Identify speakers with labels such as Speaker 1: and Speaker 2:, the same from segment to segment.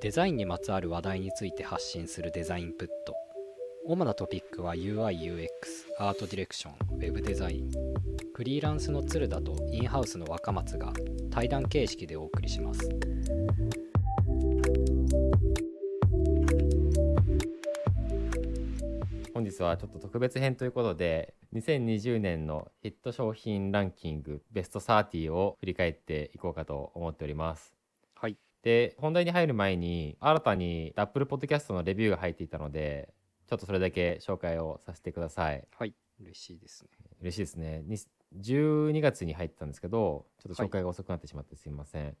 Speaker 1: デザインにまつわる話題について発信するデザインプット主なトピックは UIUX アートディレクションウェブデザインフリーランスの鶴田とインハウスの若松が対談形式でお送りします
Speaker 2: 本日はちょっと特別編ということで2020年のヒット商品ランキングベスト30を振り返っていこうかと思っております。
Speaker 1: はい
Speaker 2: で本題に入る前に新たに Apple Podcast のレビューが入っていたのでちょっとそれだけ紹介をさせてください。
Speaker 1: はい嬉しいですね
Speaker 2: 嬉しいですね。に12月に入ってたんですけどちょっと
Speaker 1: はい
Speaker 2: 紹介が遅くなってしまってすいません。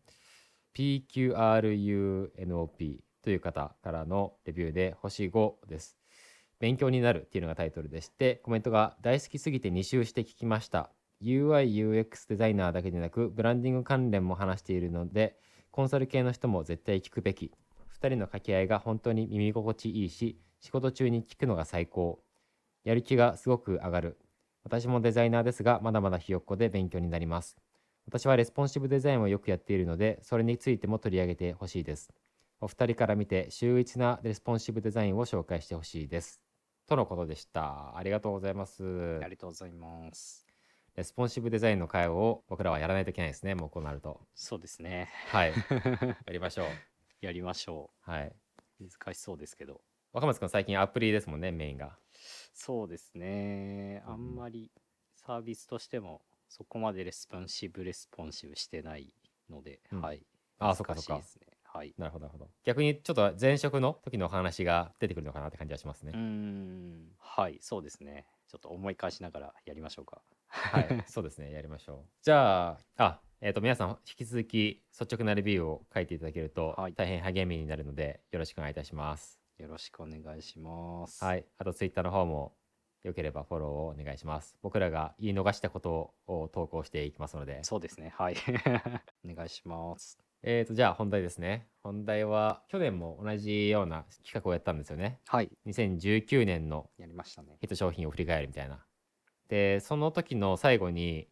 Speaker 2: PQRUNOP という方からのレビューで星5です。勉強になるっていうのがタイトルでしてコメントが大好きすぎて2周して聞きました。UIUX デザイナーだけでなくブランディング関連も話しているのでコンサル系の人も絶対聞くべき。2人の掛け合いが本当に耳心地いいし仕事中に聞くのが最高。やる気がすごく上がる。私もデザイナーですがまだまだひよっこで勉強になります私はレスポンシブデザインをよくやっているのでそれについても取り上げてほしいですお二人から見て秀逸なレスポンシブデザインを紹介してほしいですとのことでしたありがとうございます
Speaker 1: ありがとうございます
Speaker 2: レスポンシブデザインの会を僕らはやらないといけないですねもうこうなると
Speaker 1: そうですね
Speaker 2: はいやりましょう
Speaker 1: やりましょ
Speaker 2: はいう
Speaker 1: 難しそうですけど
Speaker 2: 若松くん最近アプリですもんねメインが
Speaker 1: そうですね
Speaker 2: うん
Speaker 1: あんまりサービスとしてもそこまでレスポンシブレスポンシブしてないので、
Speaker 2: うん
Speaker 1: はい
Speaker 2: あそっか
Speaker 1: 難
Speaker 2: そ
Speaker 1: しい
Speaker 2: っか
Speaker 1: ですねはい
Speaker 2: なるほどなるほど逆にちょっと前職の時のお話が出てくるのかなって感じはしますね
Speaker 1: うーんはいそうですねちょっと思い返しながらやりましょうか
Speaker 2: はい、そうですね、やりましょう。じゃあ、あ、えっ、と、皆さん、引き続き率直なレビューを書いていただけると、
Speaker 1: はい
Speaker 2: 大変励みになるので、よろしくお願いいたします。
Speaker 1: よろしくお願いします
Speaker 2: はいい、あと、ツイッターの方も、よければフォローをお願いします。僕らが言い逃したことを投稿していきますので。
Speaker 1: そうですねはい お願いします
Speaker 2: えっ、と、じゃあ、本題ですね。本題は、去年も同じような企画をやったんですよね。
Speaker 1: はい
Speaker 2: 2019年の
Speaker 1: やりましたね
Speaker 2: ヒット商品を振り返るみたいな。で、その時の最後に、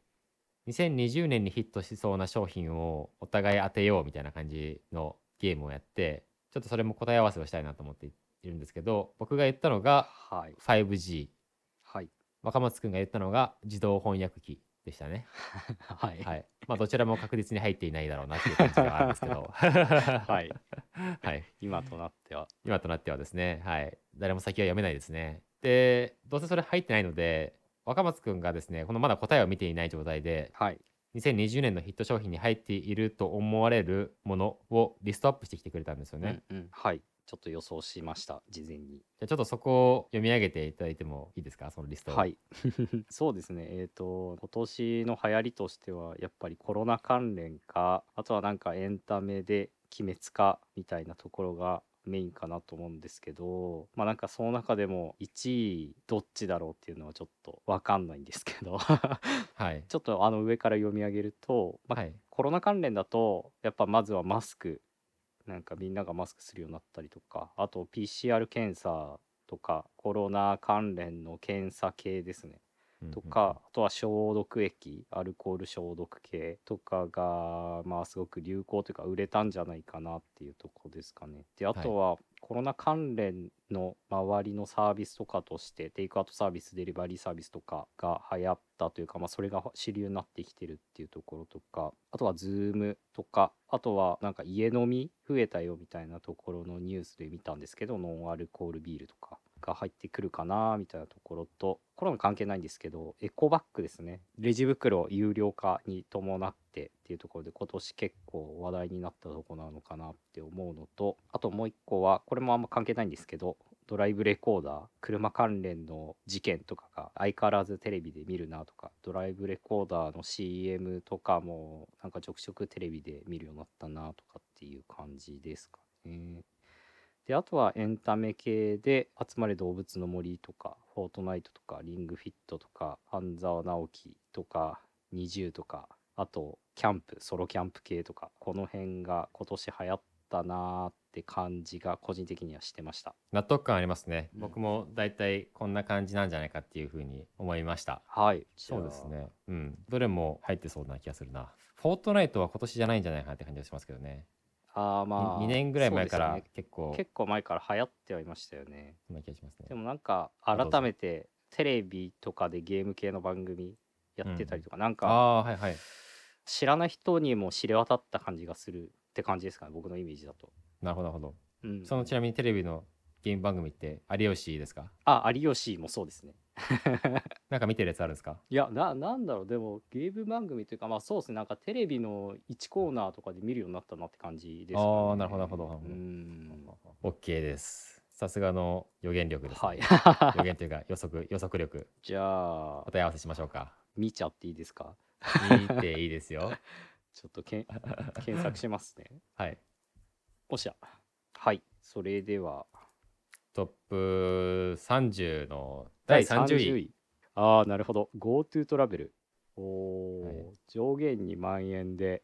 Speaker 2: 2020年にヒットしそうな商品をお互い当てようみたいな感じのゲームをやって、ちょっとそれも答え合わせをしたいなと思っているんですけど、僕が言ったのが
Speaker 1: はい
Speaker 2: 5G、
Speaker 1: はい
Speaker 2: 若松くんが言ったのが自動翻訳機でした ね。
Speaker 1: はい
Speaker 2: はい。まあ、どちらも確実に入っていないだろうなっていう感じではあるんですけど。は
Speaker 1: はい
Speaker 2: い。 はい。
Speaker 1: 今となっては
Speaker 2: 今となってはですね、はい、誰も先は読めないですね。で、どうせそれ入ってないので、若松くんがですね、このまだ答えを見ていない状態で、
Speaker 1: はい
Speaker 2: 2020年のヒット商品に入っていると思われるものをリストアップしてきてくれたんですよね。
Speaker 1: うんうんはいちょっと予想しました事前に
Speaker 2: じゃあちょっとそこを読み上げていただいてもいいですか、そのリストを。
Speaker 1: は。い そうですねえっ、と今年の流行りとしてはやっぱりコロナ関連かあとはなんかエンタメで鬼滅かみたいなところがメインかなと思うんですけどまあなんかその中でも1位どっちだろうっていうのはちょっとわかんないんですけど
Speaker 2: はい。
Speaker 1: ちょっとあの上から読み上げると、まあ
Speaker 2: はい。
Speaker 1: コロナ関連だとやっぱまずはマスクなんかみんながマスクするようになったりとかあと PCR 検査とかコロナ関連の検査系ですねと
Speaker 2: うんうん
Speaker 1: かあとは消毒液アルコール消毒系とかがまあすごく流行というか売れたんじゃないかなっていうとこですかね。であとはコロナ関連の周りのサービスとかとしてテイクアウトサービスデリバリーサービスとかが流行ったというか、まあ、それが主流になってきてるっていうところとかあとは Zoom とかあとはなんか家飲み増えたよみたいなところのニュースで見たんですけどノンアルコールビールとかが入ってくるかなみたいなところとコロナ関係ないんですけどエコバッグですねレジ袋有料化に伴ってっていうところで今年結構話題になったとこなのかなって思うのとあともう一個はこれもあんま関係ないんですけどドライブレコーダー車関連の事件とかが相変わらずテレビで見るなとかドライブレコーダーの CM とかもなんかちょくちょくテレビで見るようになったなとかっていう感じですかね。であとはエンタメ系で「集まれ動物の森」とか「フォートナイト」とか「リングフィット」とか「半沢直樹」とか「20」とかあとキャンプソロキャンプ系とかこの辺が今年流行ったなーって感じが個人的にはしてました
Speaker 2: 納得感ありますね。
Speaker 1: うん
Speaker 2: 僕も大体こんな感じなんじゃないかっていうふうに思いました。
Speaker 1: はい
Speaker 2: そうですね。うん。どれも入ってそうな気がするな。フォートナイトは今年じゃないんじゃないかなって感じがしますけどね。
Speaker 1: ああまあ
Speaker 2: 2年ぐらい前か
Speaker 1: そう
Speaker 2: ら
Speaker 1: です
Speaker 2: 結構
Speaker 1: よね結構前から流行ってはいましたよね
Speaker 2: そんな気がしますね
Speaker 1: でもなんか
Speaker 2: あどうぞ
Speaker 1: 改めてテレビとかでゲーム系の番組やってたりとか、なん
Speaker 2: あ
Speaker 1: か
Speaker 2: あーはいはい
Speaker 1: 知らない人にも知れ渡った感じがするって感じですかね僕のイメージだと、
Speaker 2: なるほどなるほど
Speaker 1: うん、
Speaker 2: そのちなみにテレビのゲーム番組って有吉ですか
Speaker 1: あ有吉もそうですね
Speaker 2: なんか見てるやつあるんですか
Speaker 1: いやななんだろうでもゲーム番組というかまあそうですねなんかテレビの1コーナーとかで見るようになったなって感じですかね
Speaker 2: あーなるほどなるほどなるほ
Speaker 1: う
Speaker 2: ど
Speaker 1: ん
Speaker 2: OK ですさすがの予言力です、ね
Speaker 1: はい
Speaker 2: 予言というか予測予測力
Speaker 1: じゃあ
Speaker 2: 答え合わせしましょ うか
Speaker 1: 見ちゃっていいですか
Speaker 2: 見ていいですよ
Speaker 1: ちょっとけん 検索しますね
Speaker 2: はい
Speaker 1: おっしゃはいそれでは
Speaker 2: トップ30の第30位
Speaker 1: ああなるほど GoTo トラベルおー、
Speaker 2: はい
Speaker 1: 上限2万円で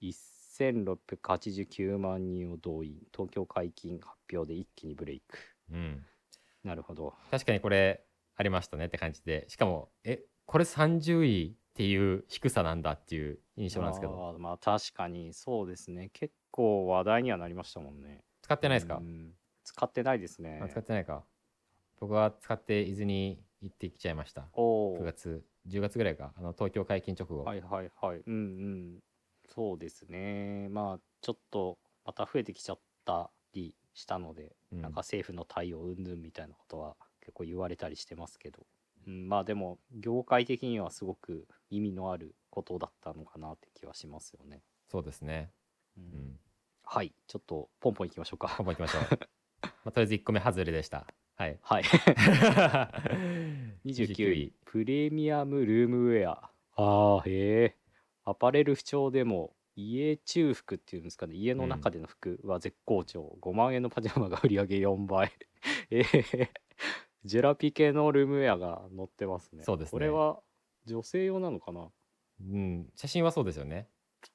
Speaker 1: 1689万人を動員東京解禁発表で一気にブレイク
Speaker 2: うん、
Speaker 1: なるほど
Speaker 2: 確かにこれありましたねって感じでしかもえこれ30位っていう低さなんだっていう印象なんですけど
Speaker 1: あーまあ確かにそうですね結構話題にはなりましたもんね
Speaker 2: 使ってないですか、
Speaker 1: うん使ってないですね
Speaker 2: あ使ってないか僕は使って伊豆に行ってきちゃいました
Speaker 1: お
Speaker 2: 9
Speaker 1: お
Speaker 2: 月10月ぐらいかあの東京解禁直後、
Speaker 1: はいはいはいうんうんそうですねまあちょっとまた増えてきちゃったりしたので、
Speaker 2: うん
Speaker 1: なんか政府の対応云々みたいなことは結構言われたりしてますけど、うん、まあでも業界的にはすごく意味のあることだったのかなって気はしますよね、
Speaker 2: そうですね
Speaker 1: うん
Speaker 2: うん
Speaker 1: はいちょっとポンポンいきましょうか
Speaker 2: ポンポンいきましょう、まあ、とりあえず1個目外れでしたはい
Speaker 1: はい29位プレミアムルームウェアあーへえアパレル不調でも家中服っていうんですかね家の中での服は絶好調、5万円のパジャマが売り上げ4倍 ええジェラピ系のルームウェアが載ってますね
Speaker 2: そうですね
Speaker 1: これは女性用なのかな
Speaker 2: うん、写真はそうですよね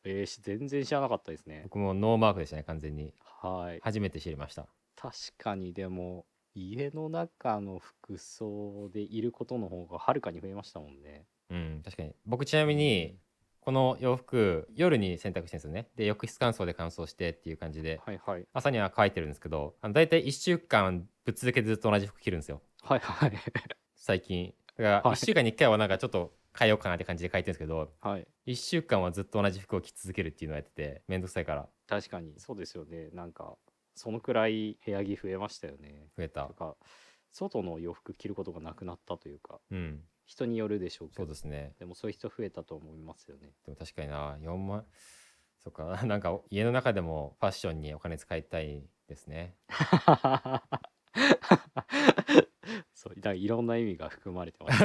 Speaker 1: えーし全然知らなかったですね
Speaker 2: 僕もノーマークでしたね完全に
Speaker 1: はい
Speaker 2: 初めて知りました
Speaker 1: 確かにでも家の中の服装でいることの方がはるかに増えましたもんね
Speaker 2: うん確かに僕ちなみにこの洋服夜に洗濯してるんですよねで浴室乾燥で乾燥してっていう感じで
Speaker 1: はいはい
Speaker 2: 朝には乾いてるんですけどあの大体1週間ぶっ続けてずっと同じ服着るんですよ
Speaker 1: はいはい
Speaker 2: 最近だから
Speaker 1: はい
Speaker 2: 1週間に1回はなんかちょっと変えようかなって感じで書いてるんですけど
Speaker 1: はい
Speaker 2: 1週間はずっと同じ服を着続けるっていうのをやっててめんどくさいから
Speaker 1: 確かにそうですよねなんかそのくらい部屋着増えましたよね
Speaker 2: 増え
Speaker 1: な
Speaker 2: た
Speaker 1: んか外の洋服着ることがなくなったというか
Speaker 2: うん
Speaker 1: 人によるでしょうけ
Speaker 2: そう
Speaker 1: ど
Speaker 2: ですね
Speaker 1: でもそういう人増えたと思いますよね
Speaker 2: でも確かにな4万そっか なんか家の中でもファッションにお金使いたいですね
Speaker 1: そうだからいろんな意味が含まれてます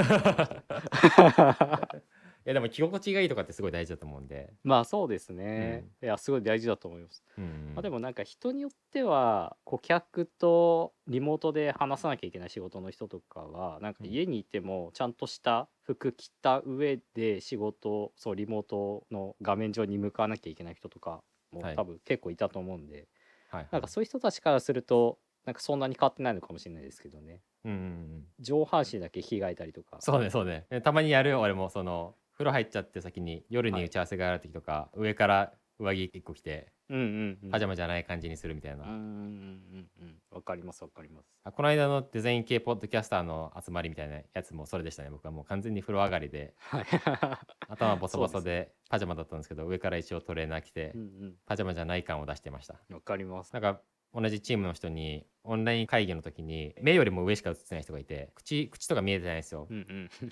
Speaker 2: いやでも着心地がいいとかってすごい大事だと思うんで、
Speaker 1: まあそうですね、いやすごい大事だと思います、
Speaker 2: うん
Speaker 1: まあ、でもなんか人によっては顧客とリモートで話さなきゃいけない仕事の人とかはなんか
Speaker 2: うん
Speaker 1: 家にいてもちゃんとした服着た上で仕事をそうリモートの画面上に向かわなきゃいけない人とかも
Speaker 2: はい
Speaker 1: 多分結構いたと思うんで、
Speaker 2: はいはい
Speaker 1: なんかそういう人たちからするとなんかそんなに変わってないのかもしれないですけどね
Speaker 2: うんうんうん
Speaker 1: 上半身だけ着替えたりとか
Speaker 2: そうねそうねえたまにやるよ俺もその風呂入っちゃって先に夜
Speaker 1: は
Speaker 2: に
Speaker 1: い
Speaker 2: 打ち合わせがある時とか、上から上着1個着て
Speaker 1: うんうんうん
Speaker 2: パジャマじゃない感じにするみたいな、
Speaker 1: うんうんうんうんうんわかりますわかります
Speaker 2: あこの間のデザイン系ポッドキャスターの集まりみたいなやつもそれでしたね僕はもう完全に風呂上が りで
Speaker 1: はい
Speaker 2: 頭ボソボ
Speaker 1: そ
Speaker 2: ソ
Speaker 1: う
Speaker 2: でパジャマだったんですけど上から一応トレーナー着て、
Speaker 1: うん
Speaker 2: パジャマじゃない感を出してました
Speaker 1: うんわかります
Speaker 2: なんか同じチームの人にオンライン会議の時に目よりも上しか映ってない人がいて口口とか見えてないんですよ、
Speaker 1: うんうん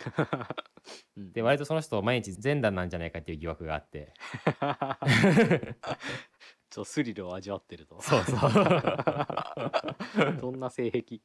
Speaker 1: うん
Speaker 2: で割とその人毎日全裸なんじゃないかっていう疑惑があって
Speaker 1: ちょっとスリルを味わってると
Speaker 2: そうそう
Speaker 1: どんな性癖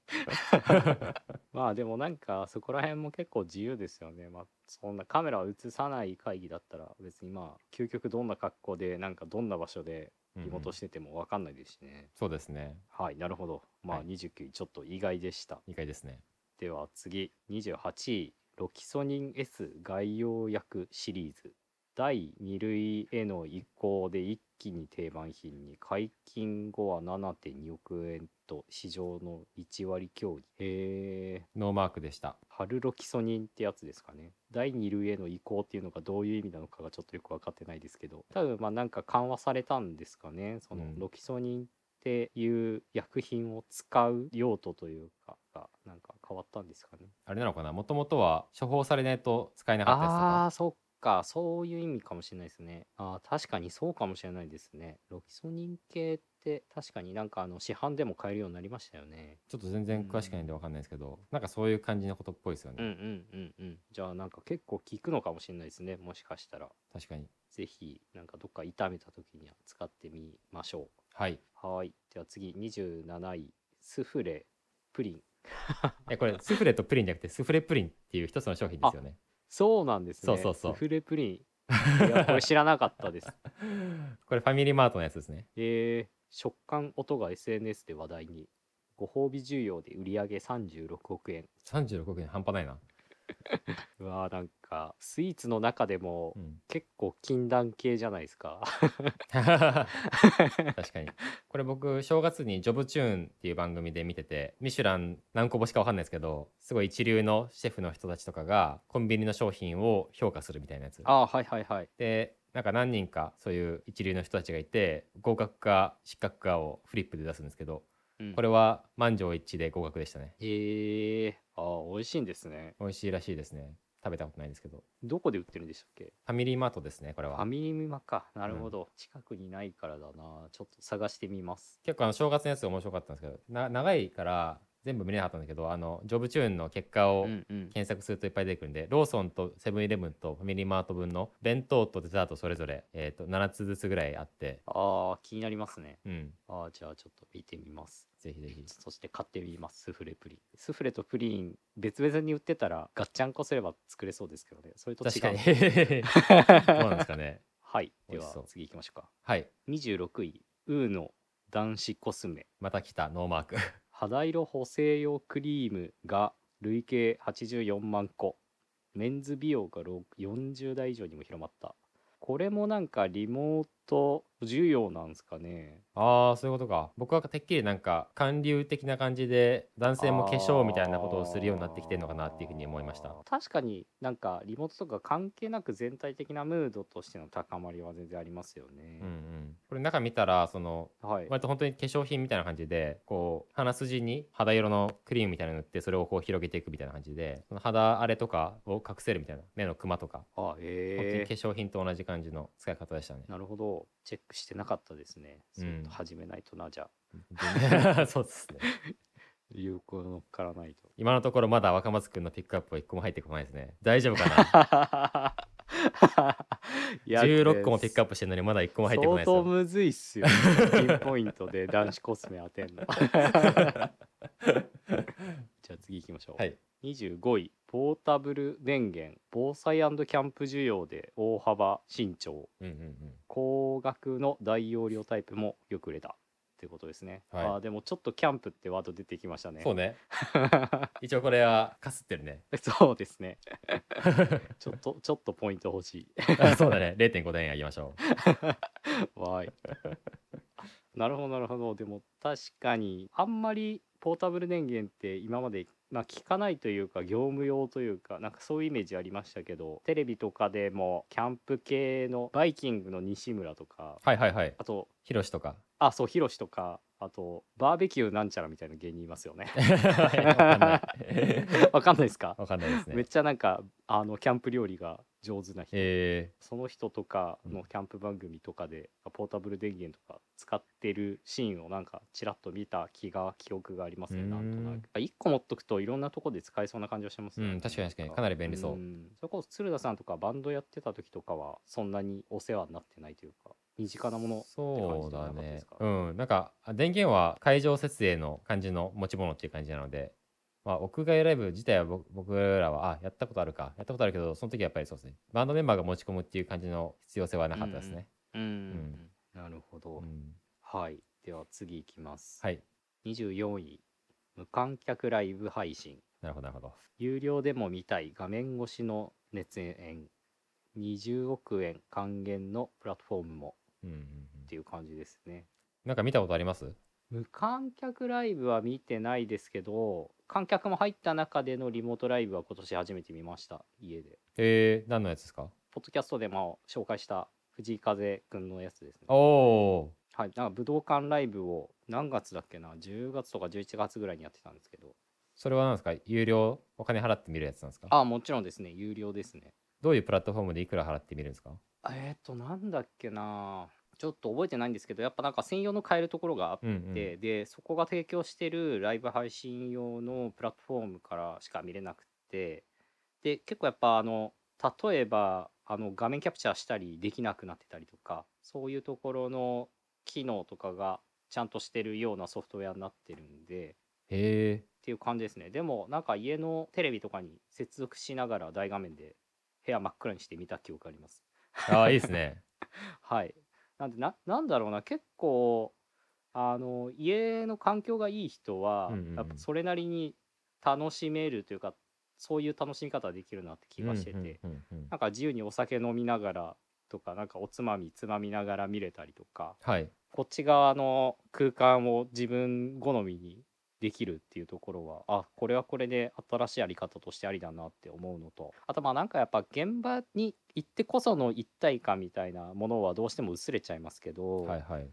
Speaker 1: まあでもなんかそこら辺も結構自由ですよねまあそんなカメラを映さない会議だったら別にまあ究極どんな格好でなんかどんな場所で
Speaker 2: うん
Speaker 1: リモートしてても分かんないですしね、
Speaker 2: そうですね
Speaker 1: はいなるほどま
Speaker 2: は
Speaker 1: あ
Speaker 2: い
Speaker 1: 29位ちょっと意外でした、
Speaker 2: 2回ですね
Speaker 1: では次28位ロキソニン S 外用薬シリーズ第2類への移行で一気に定番品に解禁後は7.2億円と市場の1割強にへえ
Speaker 2: ノーマークでした。
Speaker 1: ハルロキソニンってやつですかね第2類への移行っていうのがどういう意味なのかがちょっとよく分かってないですけど多分まあなんか緩和されたんですかねその
Speaker 2: うん
Speaker 1: ロキソニンっていう薬品を使う用途というかがなんか変わったんですかね
Speaker 2: あれなのかなもともとは処方されないと使えなかったやつと
Speaker 1: あ
Speaker 2: か。
Speaker 1: あーそっかそういう意味かもしれないですねあー確かにそうかもしれないですねロキソニン系って確かになんかあの市販でも買えるようになりましたよね
Speaker 2: ちょっと全然詳しくないんでわかんないですけど、なんかそういう感じのことっぽいですよね。
Speaker 1: うんうんうんうんじゃあなんか結構効くのかもしれないですねもしかしたら
Speaker 2: 確かに。
Speaker 1: ぜひなんかどっか痛めた時には使ってみましょ
Speaker 2: はい。
Speaker 1: うはいでは次27位スフレプリン
Speaker 2: え、これ、スフレとプリンじゃなくて、スフレプリンっていう一つの商品ですよね。
Speaker 1: そうなんですね
Speaker 2: そうそうそう
Speaker 1: スフレプリン いやこれ知らなかったです
Speaker 2: これ、ファミリーマートのやつですね。
Speaker 1: えー食感音が SNS で話題にご褒美需要で売り上げ36億円
Speaker 2: 36億円半端ないな。
Speaker 1: うわーなんかスイーツの中でも
Speaker 2: うん、
Speaker 1: 結構禁断系じゃないですか
Speaker 2: 確かに。これ僕、正月にジョブチューンっていう番組で見てて、ミシュラン何個星かわかんないですけど、すごい一流のシェフの人たちとかが、コンビニの商品を評価するみたいなやつ。
Speaker 1: あーはいはいはい
Speaker 2: でなんか何人かそういう一流の人たちがいて合格か失格かをフリップで出すんですけど
Speaker 1: うん
Speaker 2: これは満場一致で合格でしたね
Speaker 1: えー、あー美味しいんですね
Speaker 2: 美味しいらしいですね食べたことないですけど
Speaker 1: どこで売ってるんでしたっけ
Speaker 2: ファミリーマートですねこれ
Speaker 1: フ
Speaker 2: は
Speaker 1: ァミリーマかなるほど、近くにないからだなちょっと探してみます
Speaker 2: 結構あの正月のやつが面白かったんですけどな長いから全部見れなかったんだけどあのジョブチューンの結果
Speaker 1: う
Speaker 2: を
Speaker 1: んうん
Speaker 2: 検索するといっぱい出てくるんで、ローソンとセブンイレブンとファミリーマート分の弁当とデザートそれぞれ、えー、と7つずつぐらいあって
Speaker 1: ああ気になりますね
Speaker 2: うん
Speaker 1: あーじゃあちょっと見てみます
Speaker 2: ぜひぜひ
Speaker 1: そして買ってみますスフレプリンスフレとプリン別々に売ってたらガッチャンコすれば作れそうですけどねそれと違う
Speaker 2: 確かに どうなんですかね
Speaker 1: はいで
Speaker 2: 美味し
Speaker 1: は
Speaker 2: そう
Speaker 1: 次行きましょうか
Speaker 2: はい
Speaker 1: 26位ウーの男子コスメ
Speaker 2: また来たノーマーク
Speaker 1: 肌色補正用クリームが累計84万個メンズ美容が6 40代以上にも広まったこれもなんかリモート需要なんですかね
Speaker 2: ああそういうことか僕はてっきりなんか韓流的な感じで男性も化粧みたいなことをするようになってきてるのかなっていうふうに思いました
Speaker 1: あー確かになんかリモートとか関係なく全体的なムードとしての高まりは全然ありますよ
Speaker 2: うんう
Speaker 1: ね、
Speaker 2: んこれ中見たらその
Speaker 1: はい
Speaker 2: 割と本当に化粧品みたいな感じでこう鼻筋に肌色のクリームみたいなの塗ってそれをこう広げていくみたいな感じでその肌荒れとかを隠せるみたいな目のクマとか
Speaker 1: あ
Speaker 2: 本当に
Speaker 1: え
Speaker 2: 化
Speaker 1: え
Speaker 2: 粧品と同じ感じの使い方で したね
Speaker 1: なるほどチェックしてなかったですね
Speaker 2: う
Speaker 1: そ
Speaker 2: ん
Speaker 1: うと始めないとな、じゃあ
Speaker 2: そうですね
Speaker 1: 有効乗っからないと
Speaker 2: 今のところまだ若松くんのピックアップは一個も入ってこないですね大丈夫かな
Speaker 1: い
Speaker 2: 16個もピックア
Speaker 1: ッ
Speaker 2: ップしてるのにまだ1個も入ってこないです
Speaker 1: 相当
Speaker 2: よ。
Speaker 1: むずいっすよ ピンポイントで男子コスメ当てんのじゃあ次行きましょう、
Speaker 2: はい、
Speaker 1: 25位ポータブル電源防災キャンプ需要で大幅伸長
Speaker 2: うんうんうん、
Speaker 1: 高額の大容量タイプもよく売れたっていうことですね、
Speaker 2: はい
Speaker 1: あーでもちょっとキャンプってワード出てきましたね
Speaker 2: そうね。一応これはかすってるね。
Speaker 1: そうです ねちょっとちょっとポイント欲しい
Speaker 2: あそうだね。0.5点あげましょう。
Speaker 1: わー いなるほどなるほどでも確かにあんまりポータブル電源って今までまあ聞かないというか業務用というかなんかそういうイメージありましたけどテレビとかでもキャンプ系のバイキングの西村とか
Speaker 2: はいはいはい。
Speaker 1: あと
Speaker 2: ひろし とか。
Speaker 1: あそうヒロシとかあとバーベキューなんちゃらみたいな芸人いますよね
Speaker 2: わかんない。
Speaker 1: わかんないですか
Speaker 2: わかんないです
Speaker 1: め
Speaker 2: ね
Speaker 1: っ。ちゃなんかあのキャンプ料理が上手な人
Speaker 2: え
Speaker 1: その人とか
Speaker 2: う
Speaker 1: の
Speaker 2: ん
Speaker 1: キャンプ番組とかで、ポータブル電源とか使ってるシーンをなんかちらっと見た気が記憶がありますね
Speaker 2: うーん
Speaker 1: なんとなく1個持っとくといろんなとこで使えそうな感じがしますね、
Speaker 2: うん確かに確かにかなり便利そうん
Speaker 1: それこそ鶴田さんとかバンドやってた時とかはそんなにお世話になってないというか身近なものって感
Speaker 2: そ
Speaker 1: じ
Speaker 2: う
Speaker 1: ではなか
Speaker 2: だ
Speaker 1: ったで
Speaker 2: ね
Speaker 1: すか。
Speaker 2: うん。なんかあ電源は会場設営の感じの持ち物っていう感じなので。まあ、屋外ライブ自体は僕僕らはあやったことあるかやったことあるけどその時はやっぱりそうですねバンドメンバーが持ち込むっていう感じの必要性はなかったですね、
Speaker 1: うん
Speaker 2: ん
Speaker 1: なるほど、
Speaker 2: うん
Speaker 1: はいでは次いきます、
Speaker 2: はい
Speaker 1: 24位無観客ライブ配信
Speaker 2: なるほどなるほど
Speaker 1: 有料でも見たい画面越しの熱演20億円還元のプラットフォームも
Speaker 2: うんうんうん
Speaker 1: っていう感じですね。
Speaker 2: なんか見たことあります
Speaker 1: 無観客ライブは見てないですけど、観客も入った中でのリモートライブは今年初めて見ました、家で。
Speaker 2: えー、何のやつですか
Speaker 1: ポッドキャストでも紹介した藤井風くんのやつですね。
Speaker 2: おお
Speaker 1: はい、なんか武道館ライブを何月だっけな、10月とか11月ぐらいにやってたんですけど、
Speaker 2: それは何ですか有料お金払って見るやつなんですか
Speaker 1: ああ、もちろんですね、有料ですね。
Speaker 2: どういうプラットフォームでいくら払って見るんですか
Speaker 1: えっ、ー、と、なんだっけな、ちょっと覚えてないんですけど、やっぱなんか専用の買えるところがあっ
Speaker 2: うん、うん、
Speaker 1: て、で、そこが提供してるライブ配信用のプラットフォームからしか見れなくて、で、結構やっぱあの、例えば、あの画面キャプチャーしたりできなくなってたりとか、そういうところの機能とかがちゃんとしてるようなソフトウェアになってるんで、
Speaker 2: へえ
Speaker 1: っていう感じですねでもなんか家のテレビとかに接続しながら大画面で部屋真っ暗にして見た記憶あります
Speaker 2: ああいいですね
Speaker 1: はいなんでななんだろうな結構あの家の環境がいい人は、
Speaker 2: うんうんうん
Speaker 1: やっぱそれなりに楽しめるというかそういう楽しみ方できるなって 気がしてて、
Speaker 2: うんうんうんうん
Speaker 1: なんか自由にお酒飲みながらとかなんかおつまみつまみながら見れたりとか
Speaker 2: はい
Speaker 1: こっち側の空間を自分好みにできるっていうところはあこれはこれで新しいやり方としてありだなって思うのとあとまあなんかやっぱ現場に行ってこその一体感みたいなものはどうしても薄れちゃいますけど、
Speaker 2: はいはい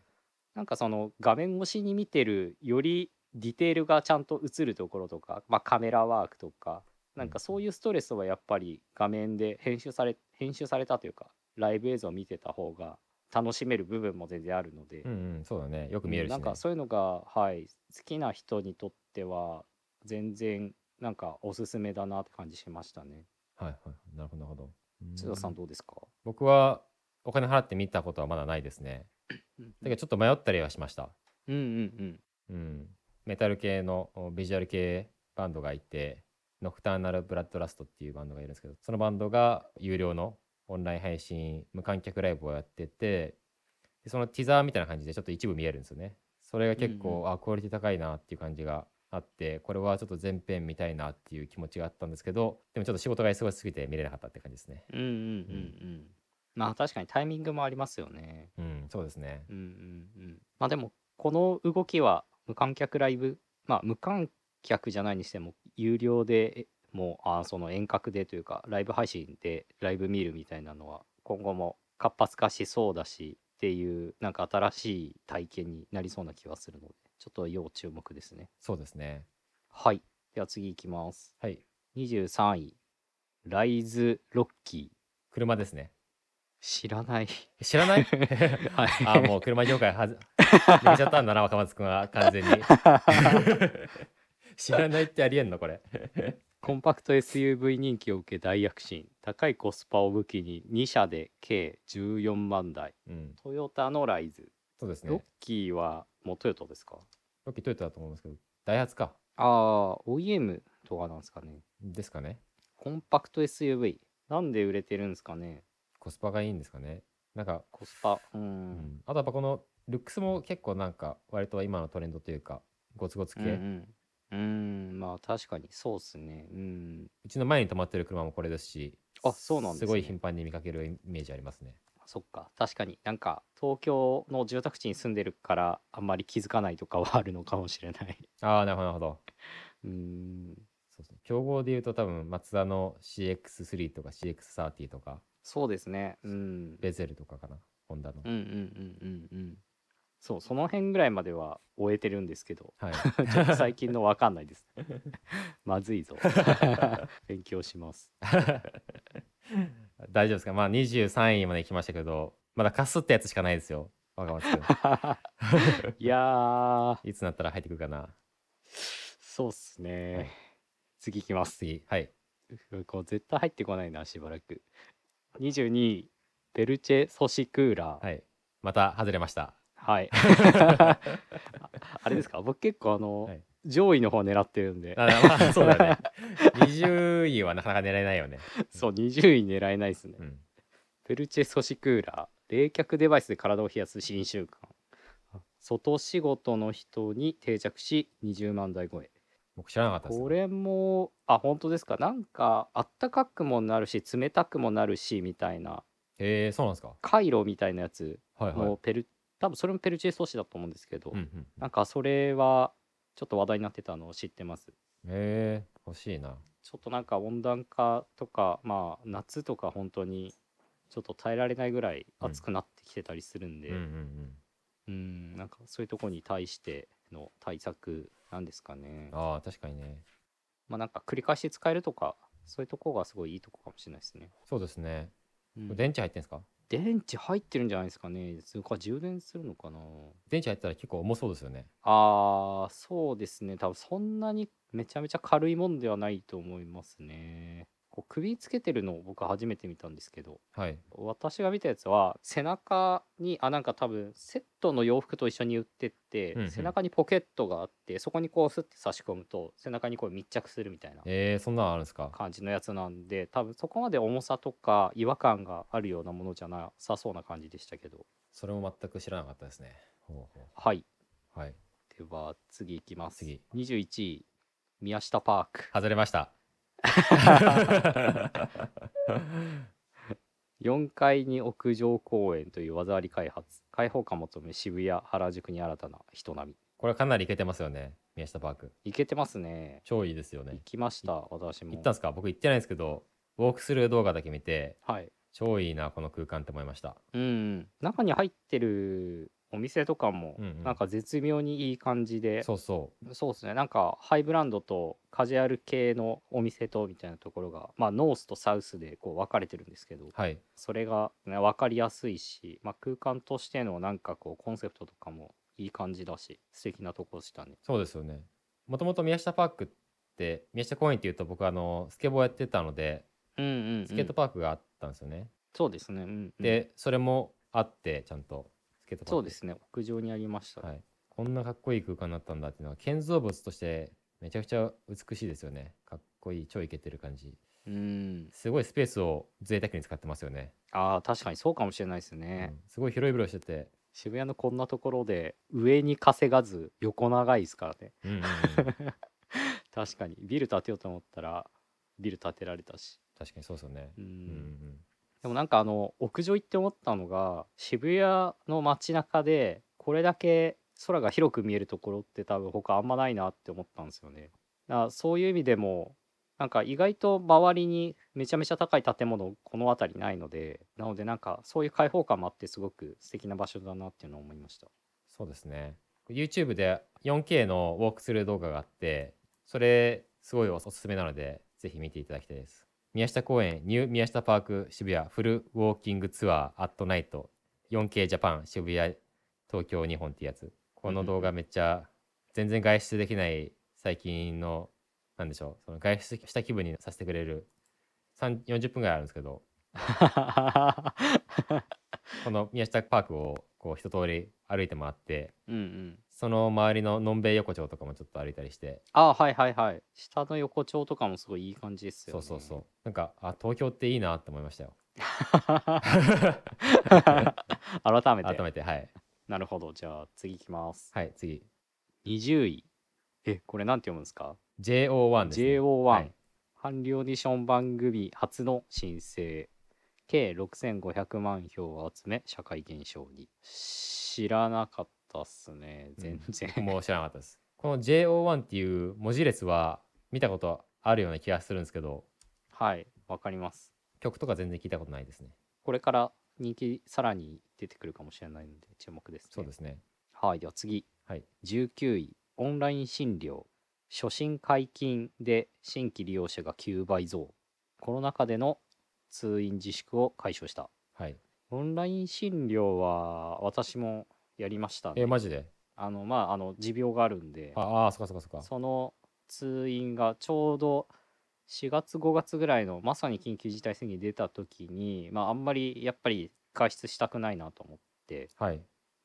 Speaker 1: なんかその画面越しに見てるよりディテールがちゃんと映るところとか、まあ、カメラワークとかなんかそういうストレスはやっぱり画面で編集され編集されたというかライブ映像を見てた方が楽しめる部分も全然あるので。
Speaker 2: うんうんそうだねよく見えるし、
Speaker 1: な
Speaker 2: ね、
Speaker 1: んかそういうのが、はい、好きな人にとっては全然なんかおすすめだなって感じしましたね。
Speaker 2: はいはいなるほどなるほどうん
Speaker 1: 津田さんどうですか、
Speaker 2: 僕はお金払って見たことはまだないですね
Speaker 1: うん、
Speaker 2: だけどちょっと迷ったりはしました
Speaker 1: うんうん
Speaker 2: うん、メタル系のおビジュアル系バンドがいてノクターナル・ブラッド・ラストっていうバンドがいるんですけどそのバンドが有料のオンライン配信無観客ライブをやっててでそのティザーみたいな感じでちょっと一部見えるんですよねそれが結構、
Speaker 1: うんうん
Speaker 2: あクオリティ高いなっていう感じがあってこれはちょっと全編見たいなっていう気持ちがあったんですけどでもちょっと仕事が忙しすぎて見れなかったって感じですね
Speaker 1: うんうんうんうんうんまあ確かにタイミングもありますよね。
Speaker 2: うんそうですね
Speaker 1: うんうんうん、まあでもこの動きは無観客ライブまあ無観客じゃないにしても有料でもうあーその遠隔でというかライブ配信でライブ見るみたいなのは今後も活発化しそうだしっていうなんか新しい体験になりそうな気はするのでちょっと要注目ですね
Speaker 2: そうですね
Speaker 1: はいでは次いきます
Speaker 2: はい
Speaker 1: 23位ライズ・ロッキー
Speaker 2: 車ですね
Speaker 1: 知らない
Speaker 2: 知らな い
Speaker 1: はい
Speaker 2: あもう車業 界はず抜けちゃったんだな若松君は完全に知らないってありえんのこれ
Speaker 1: コンパクト SUV 人気を受け大躍進高いコスパを武器に2社で計14万台
Speaker 2: うん
Speaker 1: トヨタのライズ、
Speaker 2: そうですね
Speaker 1: ロッキーはもうトヨタですか
Speaker 2: ロッキートヨタだと思うんですけどダイハツか
Speaker 1: ああ OEM とかなんですかね
Speaker 2: ですかね
Speaker 1: コンパクト SUV なんで売れてるんですかね
Speaker 2: コスパがいいんですかねなんか、
Speaker 1: コスパう
Speaker 2: うんんあとやっぱこのルックスも結構なんか割と今のトレンドというかゴツゴツ
Speaker 1: う
Speaker 2: 系、
Speaker 1: んう
Speaker 2: う
Speaker 1: んうんまあ確かにそうっすねうん
Speaker 2: ちの前に止まってる車もこれですし
Speaker 1: あそうなんですね
Speaker 2: すごい頻繁に見かけるイメージありますね
Speaker 1: そっか確かになんか東京の住宅地に住んでるからあんまり気づかないとかはあるのかもしれない
Speaker 2: ああなるほどなるほど
Speaker 1: うん
Speaker 2: そうですね競合で言うと多分マツダの CX3 とか CX30 とか
Speaker 1: そうですねうん
Speaker 2: ベゼルとかかなホンダの、
Speaker 1: うんうんうんうんうんそうその辺ぐらいまでは終えてるんですけど
Speaker 2: はい
Speaker 1: ちょっと最近のわかんないです まずい ぞ勉強し ます
Speaker 2: 大丈夫ですかまあ23位まで来ましたけどまだかすったやつしかないですよ若松君
Speaker 1: いやー
Speaker 2: いつになったら入ってくるかな
Speaker 1: そうっすね、
Speaker 2: はい
Speaker 1: 次いきます
Speaker 2: 次はい
Speaker 1: こう絶対入ってこないなしばらく22位ベルチェ・ソシクーラー
Speaker 2: はいまた外れました
Speaker 1: はい。あれですか僕結構あの、
Speaker 2: はい
Speaker 1: 上位の方狙ってるんで
Speaker 2: あ、 まあそうだ ね20位はなかなか狙えないよね
Speaker 1: そう、20位狙えないですね
Speaker 2: う。ん
Speaker 1: ベルチェソシクーラー、冷却デバイスで体を冷やす新習慣。外仕事の人に定着し、20万台超え。
Speaker 2: 僕知らなかったですね。
Speaker 1: これもあ本当ですかなんかあったかくもなるし冷たくもなるしみたいな
Speaker 2: えー、そうなんですか。
Speaker 1: カイロみたいなやつ
Speaker 2: はいはい。
Speaker 1: もペル、多分それもペルチェ素子だと思うんですけど、
Speaker 2: うんうん、
Speaker 1: なんかそれはちょっと話題になってたのを知ってます
Speaker 2: えー、欲しいな。
Speaker 1: ちょっとなんか温暖化とかまあ夏とか本当にちょっと耐えられないぐらい暑くなってきてたりするんで、
Speaker 2: うんうんうん。
Speaker 1: うんなんかそういうとこに対しての対策なんですかね
Speaker 2: ああ、確かにね。
Speaker 1: まあなんか繰り返し使えるとかそういうとこがすごいいいとこかもしれないですね、
Speaker 2: そうですね。
Speaker 1: うん
Speaker 2: これ電池入ってんですか
Speaker 1: 電池入ってるんじゃないですかねそれか充電するのかな
Speaker 2: 電池入ったら結構重そうですよね。
Speaker 1: あーそうですね多分そんなにめちゃめちゃ軽いもんではないと思いますねこう首つけてるのを僕初めて見たんですけど
Speaker 2: はい。
Speaker 1: 私が見たやつは背中にあなんか多分セットの洋服と一緒に売ってって、
Speaker 2: うんうん
Speaker 1: 背中にポケットがあってそこにこうスッて差し込むと背中にこう密着するみたいな
Speaker 2: えー、そんなのあるんですか。
Speaker 1: 感じのやつなんで多分そこまで重さとか違和感があるようなものじゃなさそうな感じでしたけど
Speaker 2: それも全く知らなかったですね。ほうほ
Speaker 1: はいう
Speaker 2: はい。
Speaker 1: では次いきます
Speaker 2: 次
Speaker 1: 21位宮下パーク
Speaker 2: 外れ ました。
Speaker 1: 4階に屋上公園という技あり開発開放感求め渋谷原宿に新たな人波
Speaker 2: これかなりいけてますよね。宮下パーク。
Speaker 1: 行けてますね
Speaker 2: 超いいですよ
Speaker 1: 行
Speaker 2: ね。
Speaker 1: きました私も
Speaker 2: 行ったんですか僕行ってないんですけど、ウォークスルー動画だけ見て、
Speaker 1: はい
Speaker 2: 超いいな、この空間って思いました。
Speaker 1: うん中に入ってるお店とかも
Speaker 2: うんうん
Speaker 1: なんか絶妙にいい感じで、
Speaker 2: そうそ
Speaker 1: そうですねなんかハイブランドとカジュアル系のお店とみたいなところがまあノースとサウスでこう分かれてるんですけど
Speaker 2: う。はい。
Speaker 1: それが、ね、分かりやすいし、まあ、空間としてのなんかこうコンセプトとかもいい感じだし素敵なとこでしたね
Speaker 2: そうですよね。もともと宮下パークって、宮下公園っていうと僕、あの、スケボーやってたので、
Speaker 1: うんうん、
Speaker 2: スケートパークがあったんですよね。
Speaker 1: そうですね、うんうん、
Speaker 2: で、それもあって、ちゃんと、スケートパーク。
Speaker 1: そうですね屋上にありました、
Speaker 2: はい、こんなかっこいい空間だったんだっていうのは建造物としてめちゃくちゃ美しいですよねかっこいい超イケてる感じ
Speaker 1: うん
Speaker 2: すごいスペースを贅沢に使ってますよね、
Speaker 1: ああ確かにそうかもしれないです
Speaker 2: う
Speaker 1: ね、
Speaker 2: んすごい広い々してて、
Speaker 1: 渋谷のこんなところで上に稼がず横長いですからね
Speaker 2: うんうんうん
Speaker 1: 確かにビル建てようと思ったらビル建てられたし
Speaker 2: 確かにそうですよね、
Speaker 1: うん、
Speaker 2: うんうん
Speaker 1: でもなんかあの屋上行って思ったのが渋谷の街中でこれだけ空が広く見えるところって多分他あんまないなって思ったんですよね。だからそういう意味でもなんか意外と周りにめちゃめちゃ高い建物この辺りないのでなのでなんかそういう開放感もあってすごく素敵な場所だなっていうのを思いました。
Speaker 2: そうですね YouTube で 4K のウォークスルー動画があってそれすごいおすすめなのでぜひ見ていただきたいです宮下公園ニュー宮下パーク渋谷フルウォーキングツアーアットナイト 4K ジャパン渋谷東京日本ってやつこの動画めっちゃ全然外出できない最近のなんでしょうその外出した気分にさせてくれる3 40分ぐらいあるんですけどこの宮下パークをこう一通り歩いて回って
Speaker 1: うんうん、
Speaker 2: その周りののんべい横丁とかもちょっと歩いたりして、
Speaker 1: ああはいはいはい下の横丁とかもすごいいい感じですよ
Speaker 2: そ
Speaker 1: ね。
Speaker 2: うそ うそうなんかあ東京っていいなって思いましたよ
Speaker 1: 改めて
Speaker 2: 改めてはい
Speaker 1: なるほどじゃあ次いきます。
Speaker 2: はい次
Speaker 1: 20位えこれなんて読むんですか
Speaker 2: JO1 です、ね、
Speaker 1: JO1、
Speaker 2: はい
Speaker 1: 韓流オーディション番組初の申請計6500万票を集め社会現象に知らなかったっすね全然、
Speaker 2: 僕も知らなかったですこの JO1 っていう文字列は見たことあるような気がするんですけど
Speaker 1: はいわかります
Speaker 2: 曲とか全然聞いたことないですね
Speaker 1: これから人気さらに出てくるかもしれないので注目ですね
Speaker 2: そうですね
Speaker 1: はいでは次
Speaker 2: はい
Speaker 1: 19位オンライン診療初診解禁で新規利用者が9倍増コロナ禍での通院自粛を解消した
Speaker 2: はい
Speaker 1: オンライン診療は私もやりましたね
Speaker 2: えマジで
Speaker 1: あのまああの持病があるんで
Speaker 2: ああーそっかそっかそっか
Speaker 1: その通院がちょうど4月5月ぐらいのまさに緊急事態宣言出た時にまああんまりやっぱり外出したくないなと思って
Speaker 2: はい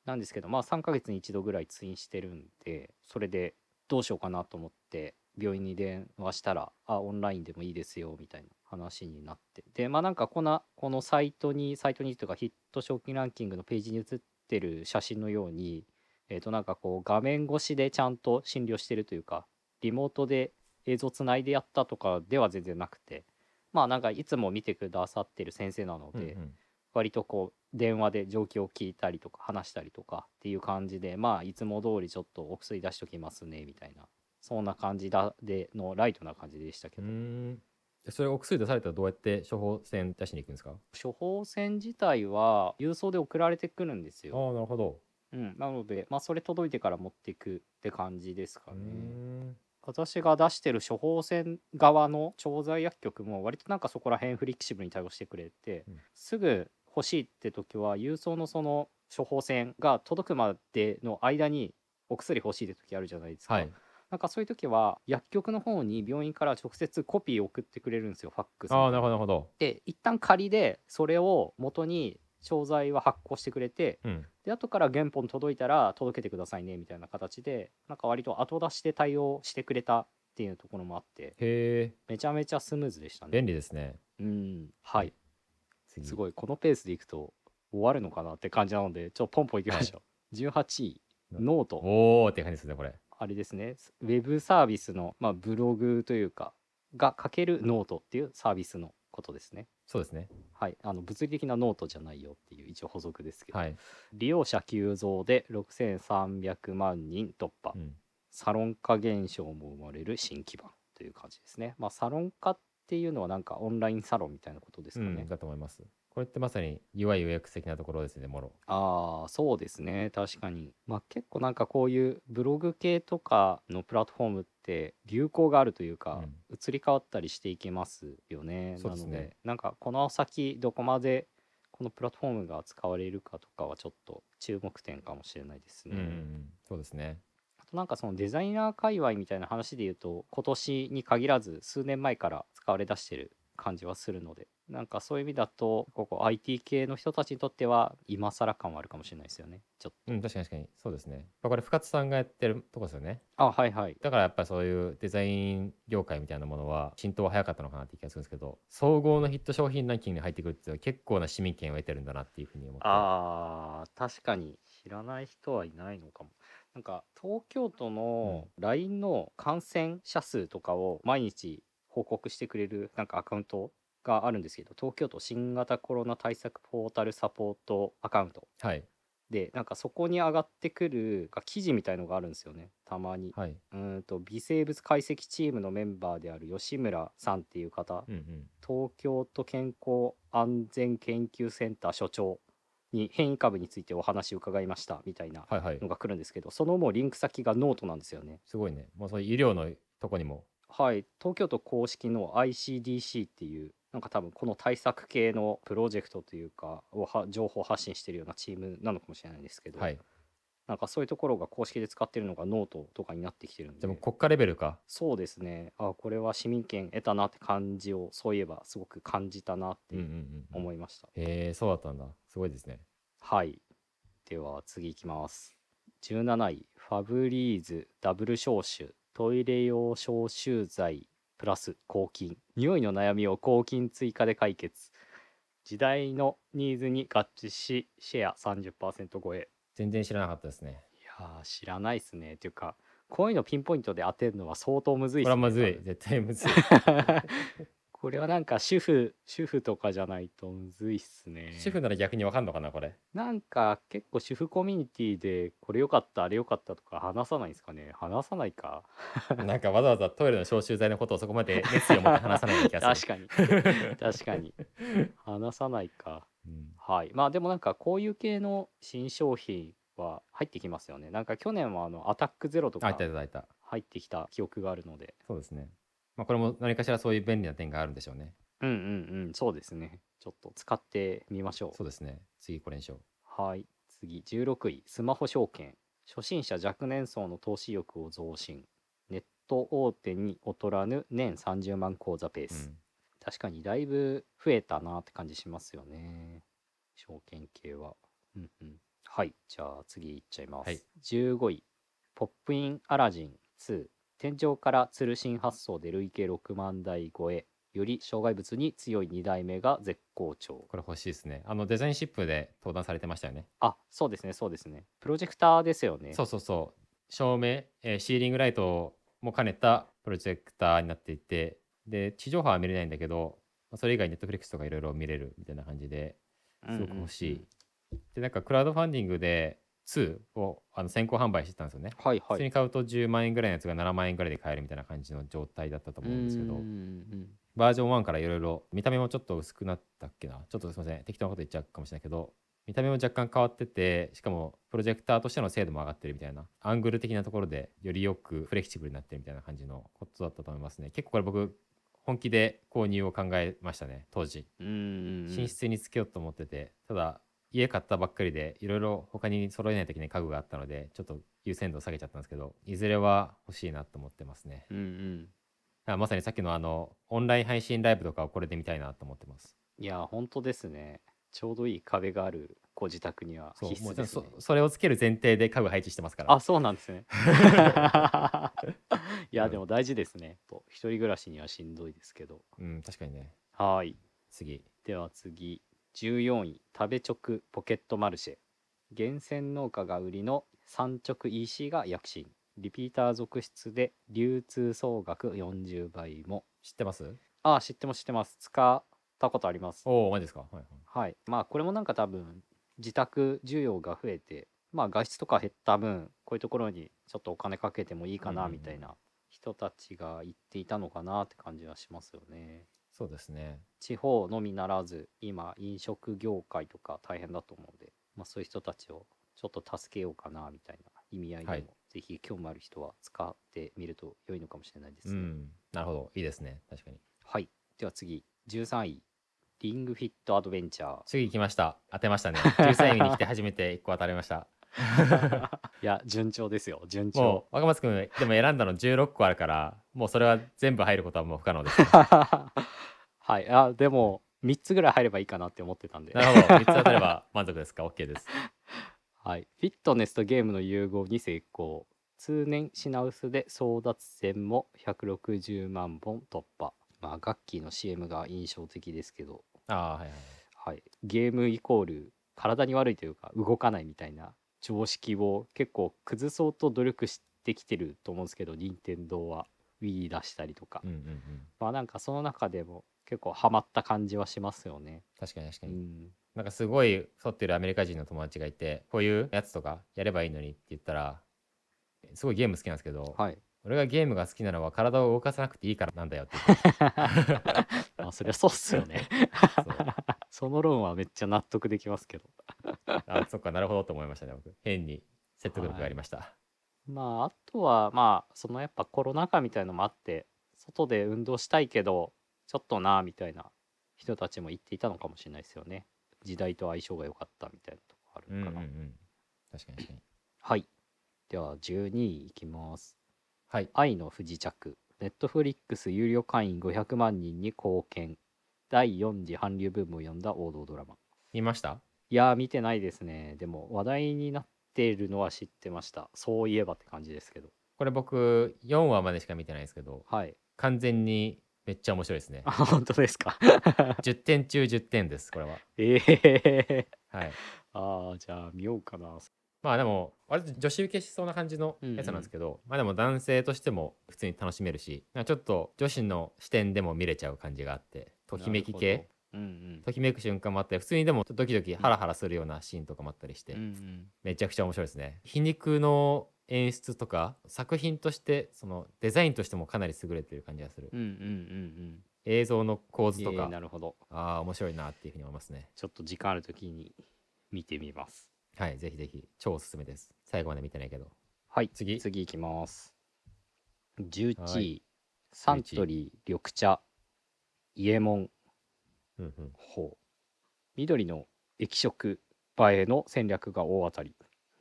Speaker 1: なんですけどまあ3ヶ月に1度ぐらい通院してるんでそれでどうしようかなと思って病院に電話したらあオンラインでもいいですよみたいな話になってでまあなんかこのこのサイトにサイトにというかヒット賞金ランキングのページに写ってる写真のようにえっ、となんかこう画面越しでちゃんと診療してるというかリモートで映像つないでやったとかでは全然なくてまあなんかいつも見てくださってる先生なので、
Speaker 2: うんうん
Speaker 1: 割とこう電話で状況を聞いたりとか話したりとかっていう感じでまあいつも通りちょっとお薬出しときますねみたいなそんな感じだでのライトな感じでしたけ
Speaker 2: う
Speaker 1: ど、
Speaker 2: ーんそれお薬出されたらどうやって処方箋出しに行くんですかあ
Speaker 1: 処方箋自体は郵送で送られてくるんです
Speaker 2: あ
Speaker 1: よ、
Speaker 2: ーなるほど、
Speaker 1: うん、なのでまあそれ届いてから持っていくって感じですか
Speaker 2: うー
Speaker 1: ね
Speaker 2: ん
Speaker 1: 私が出してる処方箋側の調剤薬局も割となんかそこら辺フレキシブルに対応してくれて、
Speaker 2: うん
Speaker 1: すぐ欲しいって時は郵送のその処方箋が届くまでの間にお薬欲しいって時あるじゃないですか、
Speaker 2: はい
Speaker 1: なんかそういう時は薬局の方に病院から直接コピー送ってくれるんですよファックスみたい
Speaker 2: あ
Speaker 1: な
Speaker 2: あーなるほどなるほど
Speaker 1: で一旦仮でそれを元に調剤は発行してくれて
Speaker 2: うん
Speaker 1: で後から原本届いたら届けてくださいねみたいな形でなんか割と後出しで対応してくれたっていうところもあって
Speaker 2: へえ
Speaker 1: めちゃめちゃスムーズでしたね
Speaker 2: 便利ですね
Speaker 1: うんはい
Speaker 2: 次
Speaker 1: すごいこのペースでいくと終わるのかなって感じなのでちょっとポンポンいきましょう18位ノート
Speaker 2: おおって感じですねこれ
Speaker 1: あれですねウェブサービスの、まあ、ブログというかがかけるノートっていうサービスのことですね
Speaker 2: そうですね
Speaker 1: はい、あの物理的なノートじゃないよっていう一応補足ですけど、
Speaker 2: はい、
Speaker 1: 利用者急増で6300万人突破、
Speaker 2: うん
Speaker 1: サロン化現象も生まれる新規版という感じですね。まあ、サロン化っていうのはなんかオンラインサロンみたいなことですかね。
Speaker 2: うん、だと思いますこれってまさに UIUX 的なところですねもろ
Speaker 1: ああそうですね確かにまあ結構なんかこういうブログ系とかのプラットフォームって流行があるというか、
Speaker 2: うん
Speaker 1: 移り変わったりしていきますよね
Speaker 2: そうですね
Speaker 1: なのでなんかこの先どこまでこのプラットフォームが使われるかとかはちょっと注目点かもしれないです
Speaker 2: うん
Speaker 1: ね、
Speaker 2: うんうん、そうですね
Speaker 1: あとなんかそのデザイナー界隈みたいな話で言うと今年に限らず数年前から使われ出してる感じはするのでなんかそういう意味だとここ IT 系の人たちにとっては今更感はあるかもしれないですよねちょっと
Speaker 2: うん確かに確かにそうですねやっぱこれ深津さんがやってるとこですよね
Speaker 1: あはいはい
Speaker 2: だからやっぱりそういうデザイン業界みたいなものは浸透は早かったのかなって気がするんですけど総合のヒット商品ランキングに入ってくるっていうのは結構な市民権を得てるんだなっていうふうに思って
Speaker 1: あー確かに知らない人はいないのかもなんか東京都の LINE の感染者数とかを毎日報告してくれるなんかアカウントがあるんですけど東京都新型コロナ対策ポータルサポートアカウント
Speaker 2: はい
Speaker 1: でなんかそこに上がってくるが記事みたいのがあるんですよねたまに
Speaker 2: はいう
Speaker 1: ーんと微生物解析チームのメンバーである吉村さんっていう方
Speaker 2: うんうん
Speaker 1: 東京都健康安全研究センター所長に変異株についてお話を伺いましたみたいな
Speaker 2: はいはい
Speaker 1: のが来るんですけどそのもうリンク先がノートなんですよね
Speaker 2: すごいねもうそういう医療のとこにも
Speaker 1: はい東京都公式の ICDC っていうなんか多分この対策系のプロジェクトというかをは情報発信してるようなチームなのかもしれないんですけど、
Speaker 2: はい
Speaker 1: なんかそういうところが公式で使ってるのがノートとかになってきてるんで
Speaker 2: でも国家レベルか
Speaker 1: そうですねあこれは市民権得たなって感じをそういえばすごく感じたなっ
Speaker 2: うんうん
Speaker 1: て
Speaker 2: うんうん
Speaker 1: 思いました、
Speaker 2: へえそうだったんだすごいですね
Speaker 1: はい。では次いきます。17位、ファブリーズダブル消臭、トイレ用消臭剤プラス抗菌。匂いの悩みを抗菌追加で解決。時代のニーズに合致し、シェア30%超え。
Speaker 2: 全然知らなかったですね
Speaker 1: いやー、知らないっすね。っていうか、こういうのピンポイントで当てるのは相当むずい
Speaker 2: こ
Speaker 1: っす
Speaker 2: れは
Speaker 1: ね。
Speaker 2: まずい絶対むずい
Speaker 1: これはなんか主婦、主婦とかじゃないとむずいっすね。
Speaker 2: 主婦なら逆にわかんのかなこれ
Speaker 1: なんか結構主婦コミュニティでこれ良かったあれ良かったとか話さないんですかね話さないか
Speaker 2: なんかわざわざトイレの消臭剤のことをそこまで熱意を持って話さないような気がす
Speaker 1: 確
Speaker 2: る
Speaker 1: か に確かに話さないか
Speaker 2: うん
Speaker 1: はいまあでもなんかこういう系の新商品は入ってきますよねなんか去年はあのアタックゼロと
Speaker 2: あ
Speaker 1: か
Speaker 2: いたいたいた
Speaker 1: 入ってきた記憶があるので
Speaker 2: そうですね。まあ、これも何かしらそういう便利な点があるんでしょうね。
Speaker 1: うんうんうんそうですねちょっと使ってみましょう
Speaker 2: そうですね。次これにしよ
Speaker 1: はい次16位スマホ証券初心者若年層の投資欲を増進ネット大手に劣らぬ年30万口座ペー
Speaker 2: う。う
Speaker 1: ス、
Speaker 2: ん
Speaker 1: 確かにだいぶ増えたなって感じしますよね証券系はうんうんはいじゃあ次いっちゃいます、
Speaker 2: はい
Speaker 1: 15位ポップインアラジン2天井から吊る新発送で累計6万台超えより障害物に強い2代目が絶好調
Speaker 2: これ欲しいですね。あのデザインシップで登壇されてましたよね。
Speaker 1: あそうですねそうですねプロジェクターですよね
Speaker 2: そうそうそう。照明、えーシーリングライトも兼ねたプロジェクターになっていて、で、地上波は見れないんだけど、まあそれ以外ネットフリックスとかいろいろ見れるみたいな感じで、すごく欲しい。
Speaker 1: うんうん
Speaker 2: で、なんかクラウドファンディングで2をあの先行販売してたんですよね。
Speaker 1: はい
Speaker 2: 普
Speaker 1: は
Speaker 2: 通
Speaker 1: い。
Speaker 2: に買うと10万円ぐらいのやつが7万円ぐらいで買えるみたいな感じの状態だったと思うんですけど
Speaker 1: う、ん
Speaker 2: バージョン1からいろいろ見た目もちょっと薄くなったっけなちょっとすいません適当なこと言っちゃうかもしれないけど見た目も若干変わっててしかもプロジェクターとしての精度も上がってるみたいなアングル的なところでよりよくフレキシブルになってるみたいな感じのことだったと思いますね結構これ僕本気で購入を考えましたね当時
Speaker 1: うんうん。
Speaker 2: 寝室につけようと思ってて、ただ家買ったばっかりでいろいろ他に揃えないといけない家具があったのでちょっと優先度を下げちゃったんですけどいずれは欲しいなと思ってますね
Speaker 1: うんうん。
Speaker 2: あまさにさっきのあのオンライン配信ライブとかをこれで見たいなと思ってます。
Speaker 1: いや、本当ですね。ちょうどいい壁があるご自宅には
Speaker 2: そう
Speaker 1: 必
Speaker 2: も
Speaker 1: 須
Speaker 2: うちょ
Speaker 1: で
Speaker 2: っ
Speaker 1: す、
Speaker 2: と
Speaker 1: ね。
Speaker 2: そそれをつける前提で家具配置してますから。
Speaker 1: あ、そうなんです ね。いや、でも大事ですね。と一人暮らしにはしんどいですけど。
Speaker 2: うん、確かにね。
Speaker 1: はーい。
Speaker 2: 次。
Speaker 1: では次14位食べ直ポケットマルシェ厳選農家が売りの産直 EC が躍進リピーター続出で流通総額40倍も
Speaker 2: 知ってます
Speaker 1: ああ知ってます知ってます使ったことあります
Speaker 2: おお、マジですか。はいはい、
Speaker 1: はいまあこれもなんか多分自宅需要が増えてまあ外出とか減った分こういうところにちょっとお金かけてもいいか
Speaker 2: うんう
Speaker 1: なん
Speaker 2: うん
Speaker 1: みたいな人たちが言っていたのかなって感じはしますよね
Speaker 2: そうですね。
Speaker 1: 地方のみならず今飲食業界とか大変だと思うので、まあ、そういう人たちをちょっと助けようかなみたいな意味合いでも、
Speaker 2: はい
Speaker 1: ぜひ興味ある人は使ってみると良いのかもしれないです
Speaker 2: う
Speaker 1: ね、
Speaker 2: ん。なるほど。いいですね。確かに。
Speaker 1: はいでは次13位リングフィットアドベンチャー
Speaker 2: 次来ました。当てましたね。13位に来て初めて1個当たりま した。
Speaker 1: いや順調ですよ順調
Speaker 2: もう若松君、でも選んだの16個あるから、もうそれは全部入ることはもう不可能です。
Speaker 1: はいあでも3つぐらい入ればいいかなって思ってたんで
Speaker 2: なるほど。3つ当たれば満足ですか ?OK です。
Speaker 1: はい、フィットネスとゲームの融合に成功通年品薄で争奪戦も160万本突破まあガッキーの CM が印象的ですけど、
Speaker 2: ああ、はいはい。
Speaker 1: はい、ゲームイコール体に悪いというか動かないみたいな常識を結構崩そうと努力してきてると思うんですけど任天堂は Wii 出したりとか、
Speaker 2: うんうんうん。
Speaker 1: まあなんかその中でも結構ハマった感じはしますよね。
Speaker 2: 確かに確か
Speaker 1: う
Speaker 2: に。
Speaker 1: ん、
Speaker 2: なんかすごい太ってるアメリカ人の友達がいてこういうやつとかやればいいのにって言ったらすごいゲーム好きなんですけど、
Speaker 1: はい、
Speaker 2: 俺がゲームが好きなのは体を動かさなくていいからなんだよって言って
Speaker 1: まあそりゃそうっすよね。
Speaker 2: ました そ
Speaker 1: そ
Speaker 2: う
Speaker 1: の論はめっちゃ納得できますけど。
Speaker 2: あそっかなるほどと思いましたね僕変に説得力がありました、
Speaker 1: まああとはまあそのやっぱコロナ禍みたいのもあって外で運動したいけどちょっとなみたいな人たちも言っていたのかもしれないですよね時代と相性が良かったみたいなとこあ
Speaker 2: う
Speaker 1: る
Speaker 2: んうん
Speaker 1: の
Speaker 2: う
Speaker 1: かな、
Speaker 2: ん確かに確かに
Speaker 1: はいでは12位いきます
Speaker 2: はい
Speaker 1: 「愛の不時着」ネットフリックス有料会員500万人に貢献第4次韓流ブームを呼んだ王道ドラマ
Speaker 2: 見ました
Speaker 1: いやー見てないですねでも話題になっているのは知ってましたそういえばって感じですけど
Speaker 2: これ僕4話までしか見てないんですけど
Speaker 1: はい
Speaker 2: 完全にめっちゃ面白いですね
Speaker 1: あ本当ですか
Speaker 2: 10点中10点ですこれは
Speaker 1: ええ
Speaker 2: はい
Speaker 1: ああ、じゃあ見ようかな。
Speaker 2: まあでも割と女子受けしそうな感じのやつなんですけど、まあでも男性としても普通に楽しめるしなんかちょっと女子の視点でも見れちゃう感じがあってときめき系
Speaker 1: なるほど。うん
Speaker 2: ときめく瞬間もあって普通にでもドキドキハラハラするようなシーンとかもあったりして、
Speaker 1: うん。うんうん、
Speaker 2: めちゃくちゃ面白いですね皮肉の演出とか作品としてそのデザインとしてもかなり優れてる感じがする、
Speaker 1: うんうんうん
Speaker 2: 映像の構
Speaker 1: うん。
Speaker 2: 図と
Speaker 1: えー
Speaker 2: か、
Speaker 1: なるほど。
Speaker 2: ああ面白いなっていうふうに思いますね
Speaker 1: ちょっと時間あるときに見てみます。
Speaker 2: はいぜひぜひ超おすすめです最後まで見てないけど
Speaker 1: はい、
Speaker 2: 次
Speaker 1: 次いきます。11位、
Speaker 2: はい
Speaker 1: サントリー緑茶、伊右衛門、
Speaker 2: うんうん
Speaker 1: ほう。緑の液色映えの戦略が大当たり。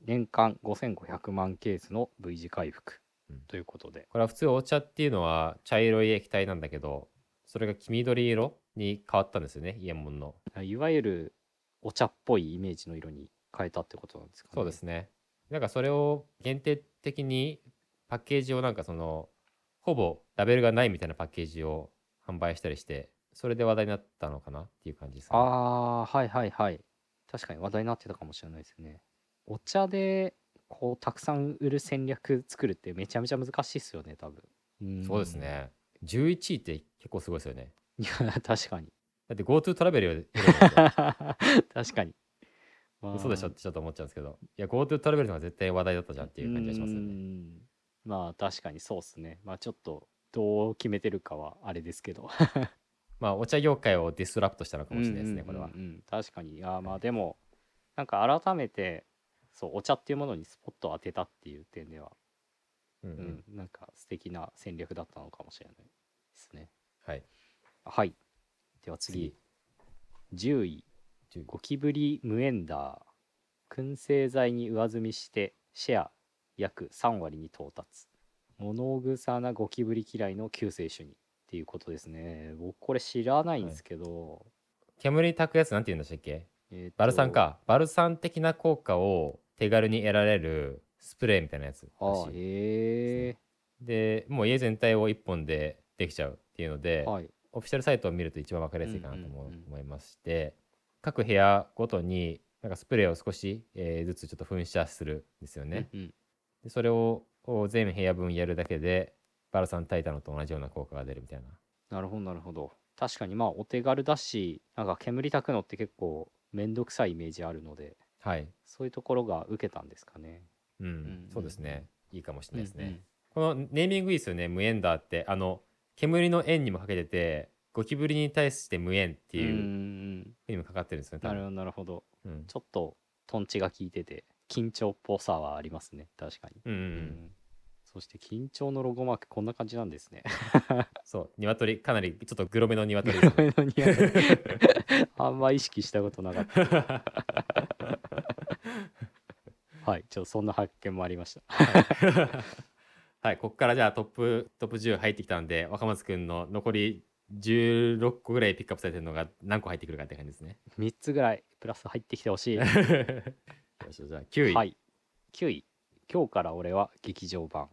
Speaker 1: 年間5500万ケースの V 字回復、
Speaker 2: うん
Speaker 1: ということで。
Speaker 2: これは普通お茶っていうのは茶色い液体なんだけどそれが黄緑色に変わったんですよね伊右衛門の
Speaker 1: いわゆるお茶っぽいイメージの色に変えたってことなんですかね。
Speaker 2: そうですねなんかそれを限定的にパッケージをなんかそのほぼラベルがないみたいなパッケージを販売したりしてそれで話題になったのかなっていう感じですね
Speaker 1: ああーはいはいはい確かに話題になってたかもしれないですねお茶でこうたくさん売る戦略作るってめちゃめちゃ難しいっすよね多分、ん
Speaker 2: そうですね。11位って結構すごいですよね。
Speaker 1: いや確かに
Speaker 2: だって GoTo トラベルより
Speaker 1: 確かに、まあ
Speaker 2: 嘘でしょってちょっと思っちゃうんですけど、いや GoTo トラベルの方が絶対話題だったじゃんっていう感じがしますよ
Speaker 1: う
Speaker 2: ね。
Speaker 1: んまあ確かにそうっすねまあちょっとどう決めてるかはあれですけど
Speaker 2: まあお茶業界をディストラクトしたのかもしれないですね、これは
Speaker 1: うん。うんうんうん確かにいやまあでもなんか改めてそうお茶っていうものにスポットを当てたっていう点では、
Speaker 2: うんう
Speaker 1: うん
Speaker 2: ん
Speaker 1: なんか素敵な戦略だったのかもしれないですね
Speaker 2: はい。
Speaker 1: はいでは次10位
Speaker 2: 次
Speaker 1: ゴキブリムエンダー燻製剤に上積みしてシェア約3割に到達物臭なゴキブリ嫌いの救世主にっていうことですね僕これ知らないんですけど、
Speaker 2: 煙に炊くやつなんて言うんでしたっけ
Speaker 1: えーと
Speaker 2: バルサンか。バルサン的な効果を手軽に得られるスプレーみたいなやつら
Speaker 1: あ
Speaker 2: しい。
Speaker 1: え
Speaker 2: で、もう家全体を1本でできちゃうっていうので、
Speaker 1: ー、はい
Speaker 2: オフィシャルサイトを見ると一番分かりやすいかなと思,、
Speaker 1: うんうんうん
Speaker 2: 思いまして各部屋ごとになんかスプレーを少し、えーずつちょっと噴射するんですよね。
Speaker 1: うんうん
Speaker 2: でそれをを全部屋分やるだけでバラさん炊いたのと同じような効果が出るみたいな。
Speaker 1: なるほどなるほど確かにまあお手軽だしなんか煙炊くのって結構めんどくさいイメージあるので
Speaker 2: はい、
Speaker 1: そういうところが受けたんですかね
Speaker 2: うん
Speaker 1: んうん
Speaker 2: そうですねいいかもしれないですね。このネーミングいいですよね「無縁だ」ってあの煙の縁にもかけててゴキブリに対して無縁って
Speaker 1: うんうん
Speaker 2: いううんふうにもかかってるんですよね。
Speaker 1: な
Speaker 2: 多
Speaker 1: るほ
Speaker 2: 分
Speaker 1: どなるほど
Speaker 2: うん
Speaker 1: ちょっとトンチが効いてて緊張っぽさはありますね確かに、
Speaker 2: うんうんう、
Speaker 1: うんんそして緊張のロゴマークこんな感じなんです ね
Speaker 2: そう鶏かなりちょっとグロめの鶏ですね
Speaker 1: 黒目の匂いあんま意識したことなかった はいちょっとそんな発見もありました
Speaker 2: はい、ここからじゃあトップ、トップ10入ってきたんで、若松くんの残り16個ぐらいピックアップされてるのが何個入ってくるかって感じですね。
Speaker 1: 3つぐらいプラス入ってきてほしい
Speaker 2: よいしょじゃあ9位。
Speaker 1: はい9位「今日から俺は劇場版」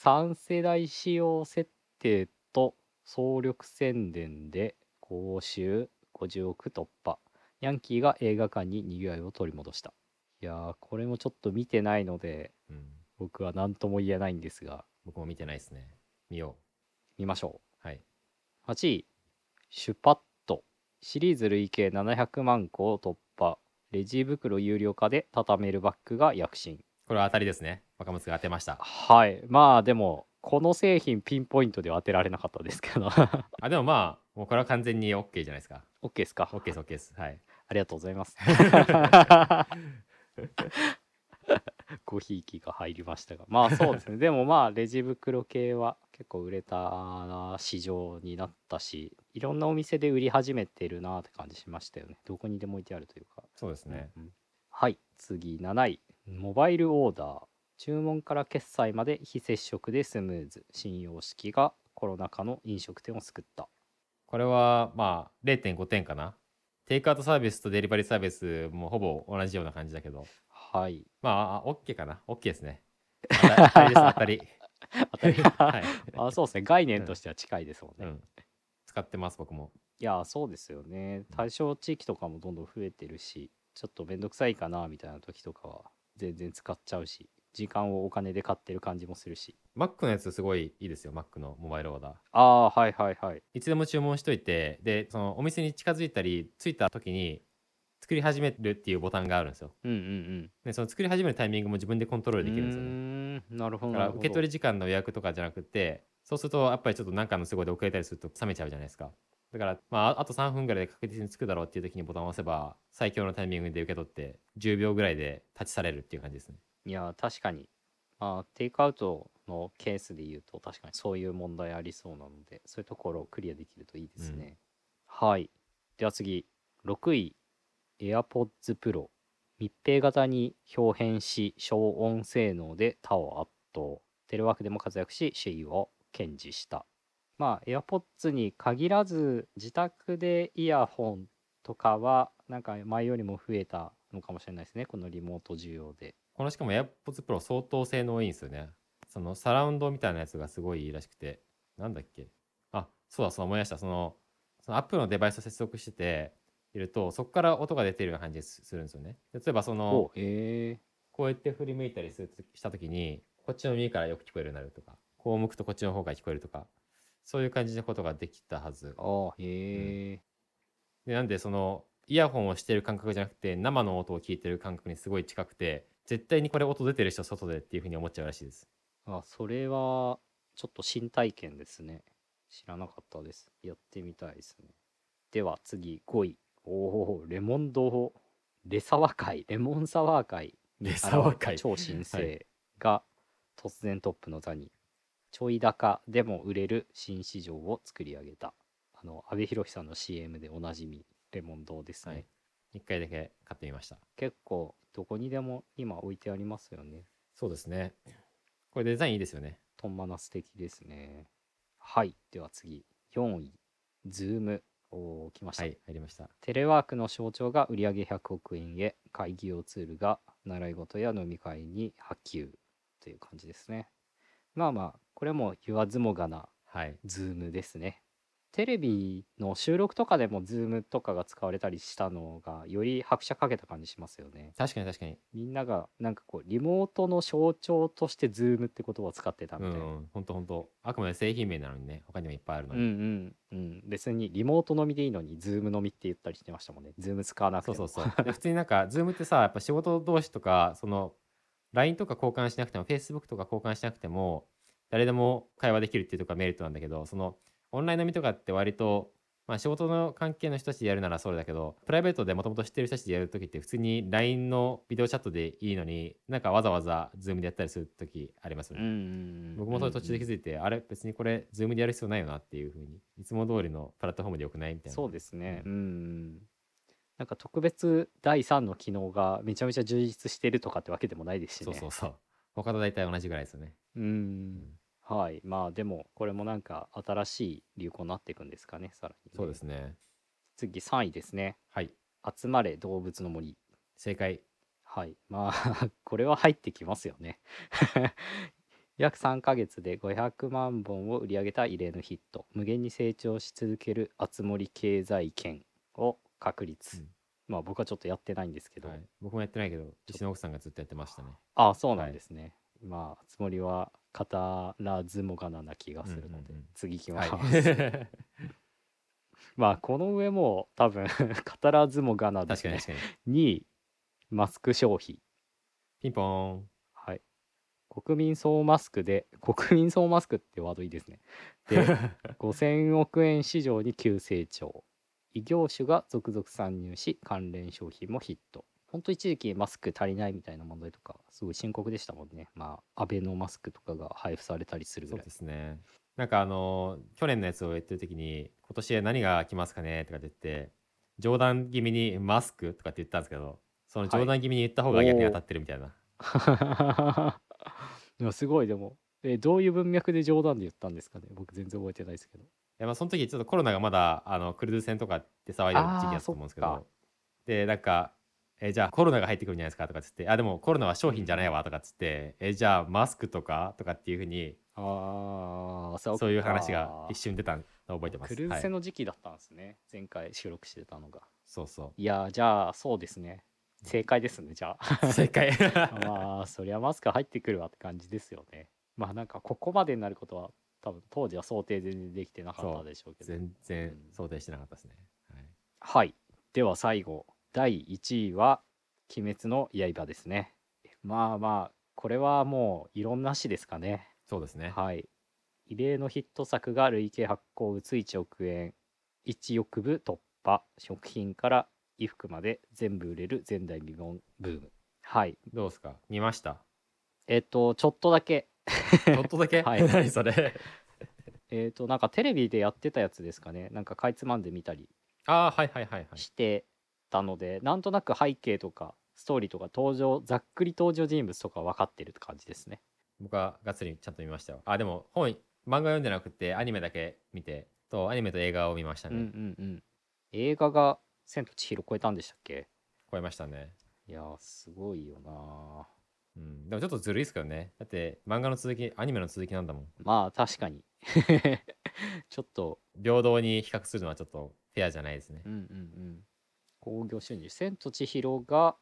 Speaker 1: 3世代仕様設定と総力宣伝で公衆50億突破ヤンキーが映画館に賑わいを取り戻したいやーこれもちょっと見てないので
Speaker 2: うん、
Speaker 1: 僕は何とも言えないんですが
Speaker 2: 僕も見てないですね。見よ
Speaker 1: 見ましょ
Speaker 2: う。はい。
Speaker 1: う8位「シュパッと」シリーズ累計700万個を突破レジ袋有料化で畳めるバッグが躍進
Speaker 2: これは当たりですね。若松が当てました。
Speaker 1: はいまあでもこの製品ピンポイントでは当てられなかったですけど OK
Speaker 2: あ、でもまあ、もうこれは完全に OK じゃないですか。
Speaker 1: ですか
Speaker 2: OK です、OK です。はい。
Speaker 1: ありがとうございます コーヒー機が入りましたがまあそうですねでもまあレジ袋系は結構売れた市場になったしいろんなお店で売り始めてるなって感じしましたよねどこにでも置いてあるというか
Speaker 2: そうですね。
Speaker 1: うんうんはい次7位モバイルオーダー注文から決済まで非接触でスムーズ信用式がコロナ禍の飲食店を救った
Speaker 2: これはまあ、0.5点かな。テイクアウトサービスとデリバリーサービスもほぼ同じような感じだけど。
Speaker 1: はい
Speaker 2: まあ、あ OK かな。OK ですね。当たり です、当たり。
Speaker 1: 当たり
Speaker 2: はい。
Speaker 1: あそうですね概念としては近いですもんね、
Speaker 2: うん。使ってます、僕も。
Speaker 1: いやそうですよね対象地域とかもどんどん増えてるしちょっとめんどくさいかなみたいな時とかは全然使っちゃうし時間をお金で買ってる感じもするし
Speaker 2: Mac のやつすごいいいですよ、Mac のモバイルオーダー。
Speaker 1: ああーはいはいはい
Speaker 2: いつでも注文しといて、で、そのお店に近づいたり、着いた時に、作り始めるっていうボタンがあるんですよ。
Speaker 1: うんうんうん
Speaker 2: で、その作り始めるタイミングも自分でコントロールできるんですよね。
Speaker 1: うーんなるほどな
Speaker 2: だから
Speaker 1: るほど
Speaker 2: 受け取り時間の予約とかじゃなくて、そうするとやっぱりちょっとなんかの都合で遅れたりすると冷めちゃうじゃないですか。だから、まあ、ああと3分ぐらいで確実に着くだろうっていう時にボタンを押せば、最強のタイミングで受け取って、10秒ぐらいで立ち去れるっていう感じですね。
Speaker 1: いやー確かに、まあ、テイクアウトのケースで言うと確かにそういう問題ありそうなのでそういうところをクリアできるといいですね、はいでは次6位 AirPods Pro 密閉型に表変し消音性能で他を圧倒テレワークでも活躍し周囲を堅持したまあ AirPods に限らず自宅でイヤホンとかはなんか前よりも増えたのかもしれないですねこのリモート需要で
Speaker 2: このしかも AirPods Pro 相当性能いいんですよね。そのサラウンドみたいなやつがすごいいいらしくて。なんだっけあ、そうだそうだ思い出した。その、その Apple のデバイスと接続してていると、そこから音が出てるような感じですするんですよね。で例えばその
Speaker 1: お、え
Speaker 2: こうやって振り向いたりするとした時にこっちの耳からよく聞こえるようになるとかこう向くとこっちの方が聞こえるとかそういう感じのことができたはず
Speaker 1: ああ、へえ、
Speaker 2: でなんでそのイヤホンをしてる感覚じゃなくて生の音を聞いてる感覚にすごい近くて絶対にこれ音出てる人外でっていうふうに思っちゃうらしいです
Speaker 1: あ、それは、ちょっと新体験ですね。知らなかったです。やってみたいですね。では次、5位。おお、レモンド、レサワ会、レモンサワー会。
Speaker 2: レ
Speaker 1: あ
Speaker 2: サ
Speaker 1: の
Speaker 2: ワ会
Speaker 1: 超新
Speaker 2: は
Speaker 1: 星が突然トップの座にちょい高でも売れる新市場を作り上げたあの阿部寛さんの CM でおなじみレモン堂ですね、
Speaker 2: はい一回だけ買ってみました
Speaker 1: 結構どこにでも今置いてありますよね
Speaker 2: そうですねこれデザインいいですよね
Speaker 1: とんまな素敵ですねはいでは次4位ズームおー来ました、
Speaker 2: はい入りました
Speaker 1: テレワークの象徴が売上100億円へ会議用ツールが習い事や飲み会に波及という感じですねまあまあこれも言わずもがな
Speaker 2: はい
Speaker 1: ズームですねテレビの収録とかでもズームとかが使われたりしたのがより拍車かけた感じしますよね
Speaker 2: 確かに確かに
Speaker 1: みんながなんかこうリモートの象徴としてズームって言葉を使ってた
Speaker 2: う
Speaker 1: みたいな、
Speaker 2: んほんとほんとあくまで製品名なのにね他にもいっぱいあるの
Speaker 1: うん
Speaker 2: に、
Speaker 1: うんうん別にリモート飲みでいいのにズーム飲みって言ったりしてましたもんねズーム使わなくて
Speaker 2: そ
Speaker 1: も
Speaker 2: うそうそう。で普通になんか、ズームってさ、やっぱ仕事同士とか、その、LINE とか交換しなくても、Facebook とか交換しなくても、誰でも会話できるっていうとこがメリットなんだけど、その、オンライン飲みとかって割と、まあ仕事の関係の人たちでやるならそうだけど、プライベートでもともと知ってる人たちでやるときって、普通に LINE のビデオチャットでいいのに、なんかわざわざ Zoom でやったりするときありますよ
Speaker 1: うんうんうん
Speaker 2: ね。僕もそれ途中で気
Speaker 1: い
Speaker 2: づいて、あれ別にこれ Zoom でやる必要ないよなっていうふうに、いつも通りのプラットフォームでよくないみたいな。
Speaker 1: そうですねう、
Speaker 2: うん
Speaker 1: なんか特別第3の機能がめちゃめちゃ充実してるとかってわけでもないですしね
Speaker 2: そうそうそう。他と大体同じぐらいですよね。
Speaker 1: うんはいまあでもこれもなんか新しい流行になっていくんですかねさらにね、
Speaker 2: そうですね。
Speaker 1: 次3位ですね
Speaker 2: はい。
Speaker 1: 集まれ動物の森
Speaker 2: 正解。
Speaker 1: はいまあ これは入ってきますよね 約3ヶ月で500万本を売り上げた異例のヒット無限に成長し続ける熱森経済圏を確立、
Speaker 2: うん
Speaker 1: まあ僕はちょっとやってないんですけど、
Speaker 2: はい、僕もやってないけど、うちの奥さんがずっとやってましたね。
Speaker 1: ああそうな
Speaker 2: は
Speaker 1: ん
Speaker 2: い
Speaker 1: ですね、まあ熱森は語らずもがなな気がするので、
Speaker 2: うんうんうん
Speaker 1: 次いきま
Speaker 2: は
Speaker 1: す、
Speaker 2: い。
Speaker 1: まあこの上もう多分 語らずもがなで
Speaker 2: 確
Speaker 1: す
Speaker 2: かに
Speaker 1: ね
Speaker 2: 確かに。
Speaker 1: 2位マスク消費
Speaker 2: ピンポーン。
Speaker 1: はい国民総マスクで国民総マスクってワードいいですね で5000億円市場に急成長異業種が続々参入し関連商品もヒットほんと一時期マスク足りないみたいな問題とかすごい深刻でしたもんねまあアベノマスクとかが配布されたりするぐ
Speaker 2: そう
Speaker 1: らい
Speaker 2: ですね。なんかあのー、去年のやつをやってる時に、今年何が来ますかねとかって言って、冗談気味にマスクとかって言ったんですけど、その冗談気味に言った方が逆に当たってるみたいな。
Speaker 1: いやすごいでもえどういう文脈で冗談で言ったんですかね僕全然覚えてないですけど
Speaker 2: いやまあその時ちょっとコロナがまだあのクルーズ船とかって騒いでる時期だったと思うんですけ
Speaker 1: あーそっ
Speaker 2: どでなんか、えじゃあコロナが入ってくるんじゃないですかとかっつってあでもコロナは商品じゃないわとかっつってえじゃあマスクとかとかっていうふうに
Speaker 1: ああそっか
Speaker 2: そういう話が一瞬出たのを覚えてます
Speaker 1: クルーズ船
Speaker 2: はい、
Speaker 1: の時期だったんですね、前回収録してたのが
Speaker 2: そうそ
Speaker 1: いやーじゃあそうですね正解ですねじ ゃあ
Speaker 2: う正解
Speaker 1: まあそりゃマスク入ってくるわって感じですよねまあなんかここまでになることは多分当時は想定全然できてなかったでしょうけど
Speaker 2: 全然想定してなかったですね、はい、
Speaker 1: はいでは最後第1位は「鬼滅の刃」ですねまあまあこれはもういろんな詩ですかね
Speaker 2: そうですね
Speaker 1: はい。異例のヒット作が累計発行部つ1億円、1億部突破、食品から衣服まで全部売れる前代未聞ブーム。はい。
Speaker 2: どうですか見 ました
Speaker 1: えっ、と、ちょっとだけ、
Speaker 2: ちょっとだけ、
Speaker 1: はい
Speaker 2: 何それ
Speaker 1: えっ、と、なんかテレビでやってたやつですかね、なんかかいつまんで見たり
Speaker 2: ああはいはいはいはい
Speaker 1: してたので、なんとなく背景とか、ストーリーとか登場ざっくり登場人物とか分かってるって感じですね。
Speaker 2: 僕はがっつりちゃんと見ましたよ。あ、でも本、漫画読んでなくて、アニメだけ見て、と、アニメと映画を見ました
Speaker 1: うん
Speaker 2: ね。
Speaker 1: うんうん。映画が「千と千尋」超えたんでしたっけ
Speaker 2: 超えましたね。
Speaker 1: いやーすごいよなー。
Speaker 2: うん。でもちょっとずるいですけどね。だって、漫画の続き、アニメの続きなんだもん。
Speaker 1: まあ確かに ちょっと
Speaker 2: 平等に比較するのはちょっとフェアじゃないですね
Speaker 1: うん。うんうん興行収入「千と千尋」が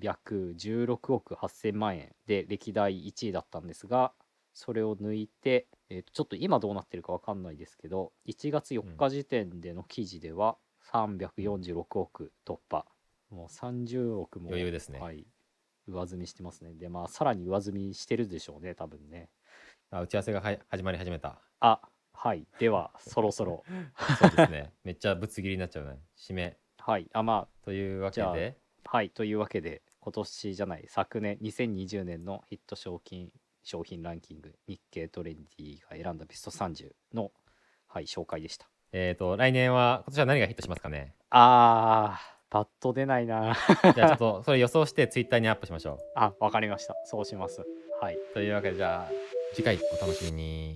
Speaker 1: 316億8000万円で歴代1位だったんですがそれを抜いて、えーとちょっと今どうなってるかわかんないですけど1月4日時点での記事では346億突破、もう30億も
Speaker 2: 余裕ですね
Speaker 1: はい、上積みしてますねでまあさらに上積みしてるでしょうね多分ね
Speaker 2: あ打ち合わせがは始まり始めた。
Speaker 1: あはいで はそろそろ
Speaker 2: そうですね。 めっちゃぶつ切りになっちゃうね。締め。
Speaker 1: はいあまあ
Speaker 2: というわけ
Speaker 1: じゃあ
Speaker 2: で、
Speaker 1: はい、というわけで、今年じゃない、昨年、2020年のヒット賞金商品ランキング、日経トレンディが選んだベスト30の、はい、紹介でした。
Speaker 2: えっ、と、来年は、今年は何がヒットしますかね。
Speaker 1: あー、パッと出ないな。
Speaker 2: じゃあちょっと、それ予想してツイッターにアップしましょ
Speaker 1: あ、わかりました。そうします。はい。
Speaker 2: う。というわけで、じゃあ、次回お楽しみに。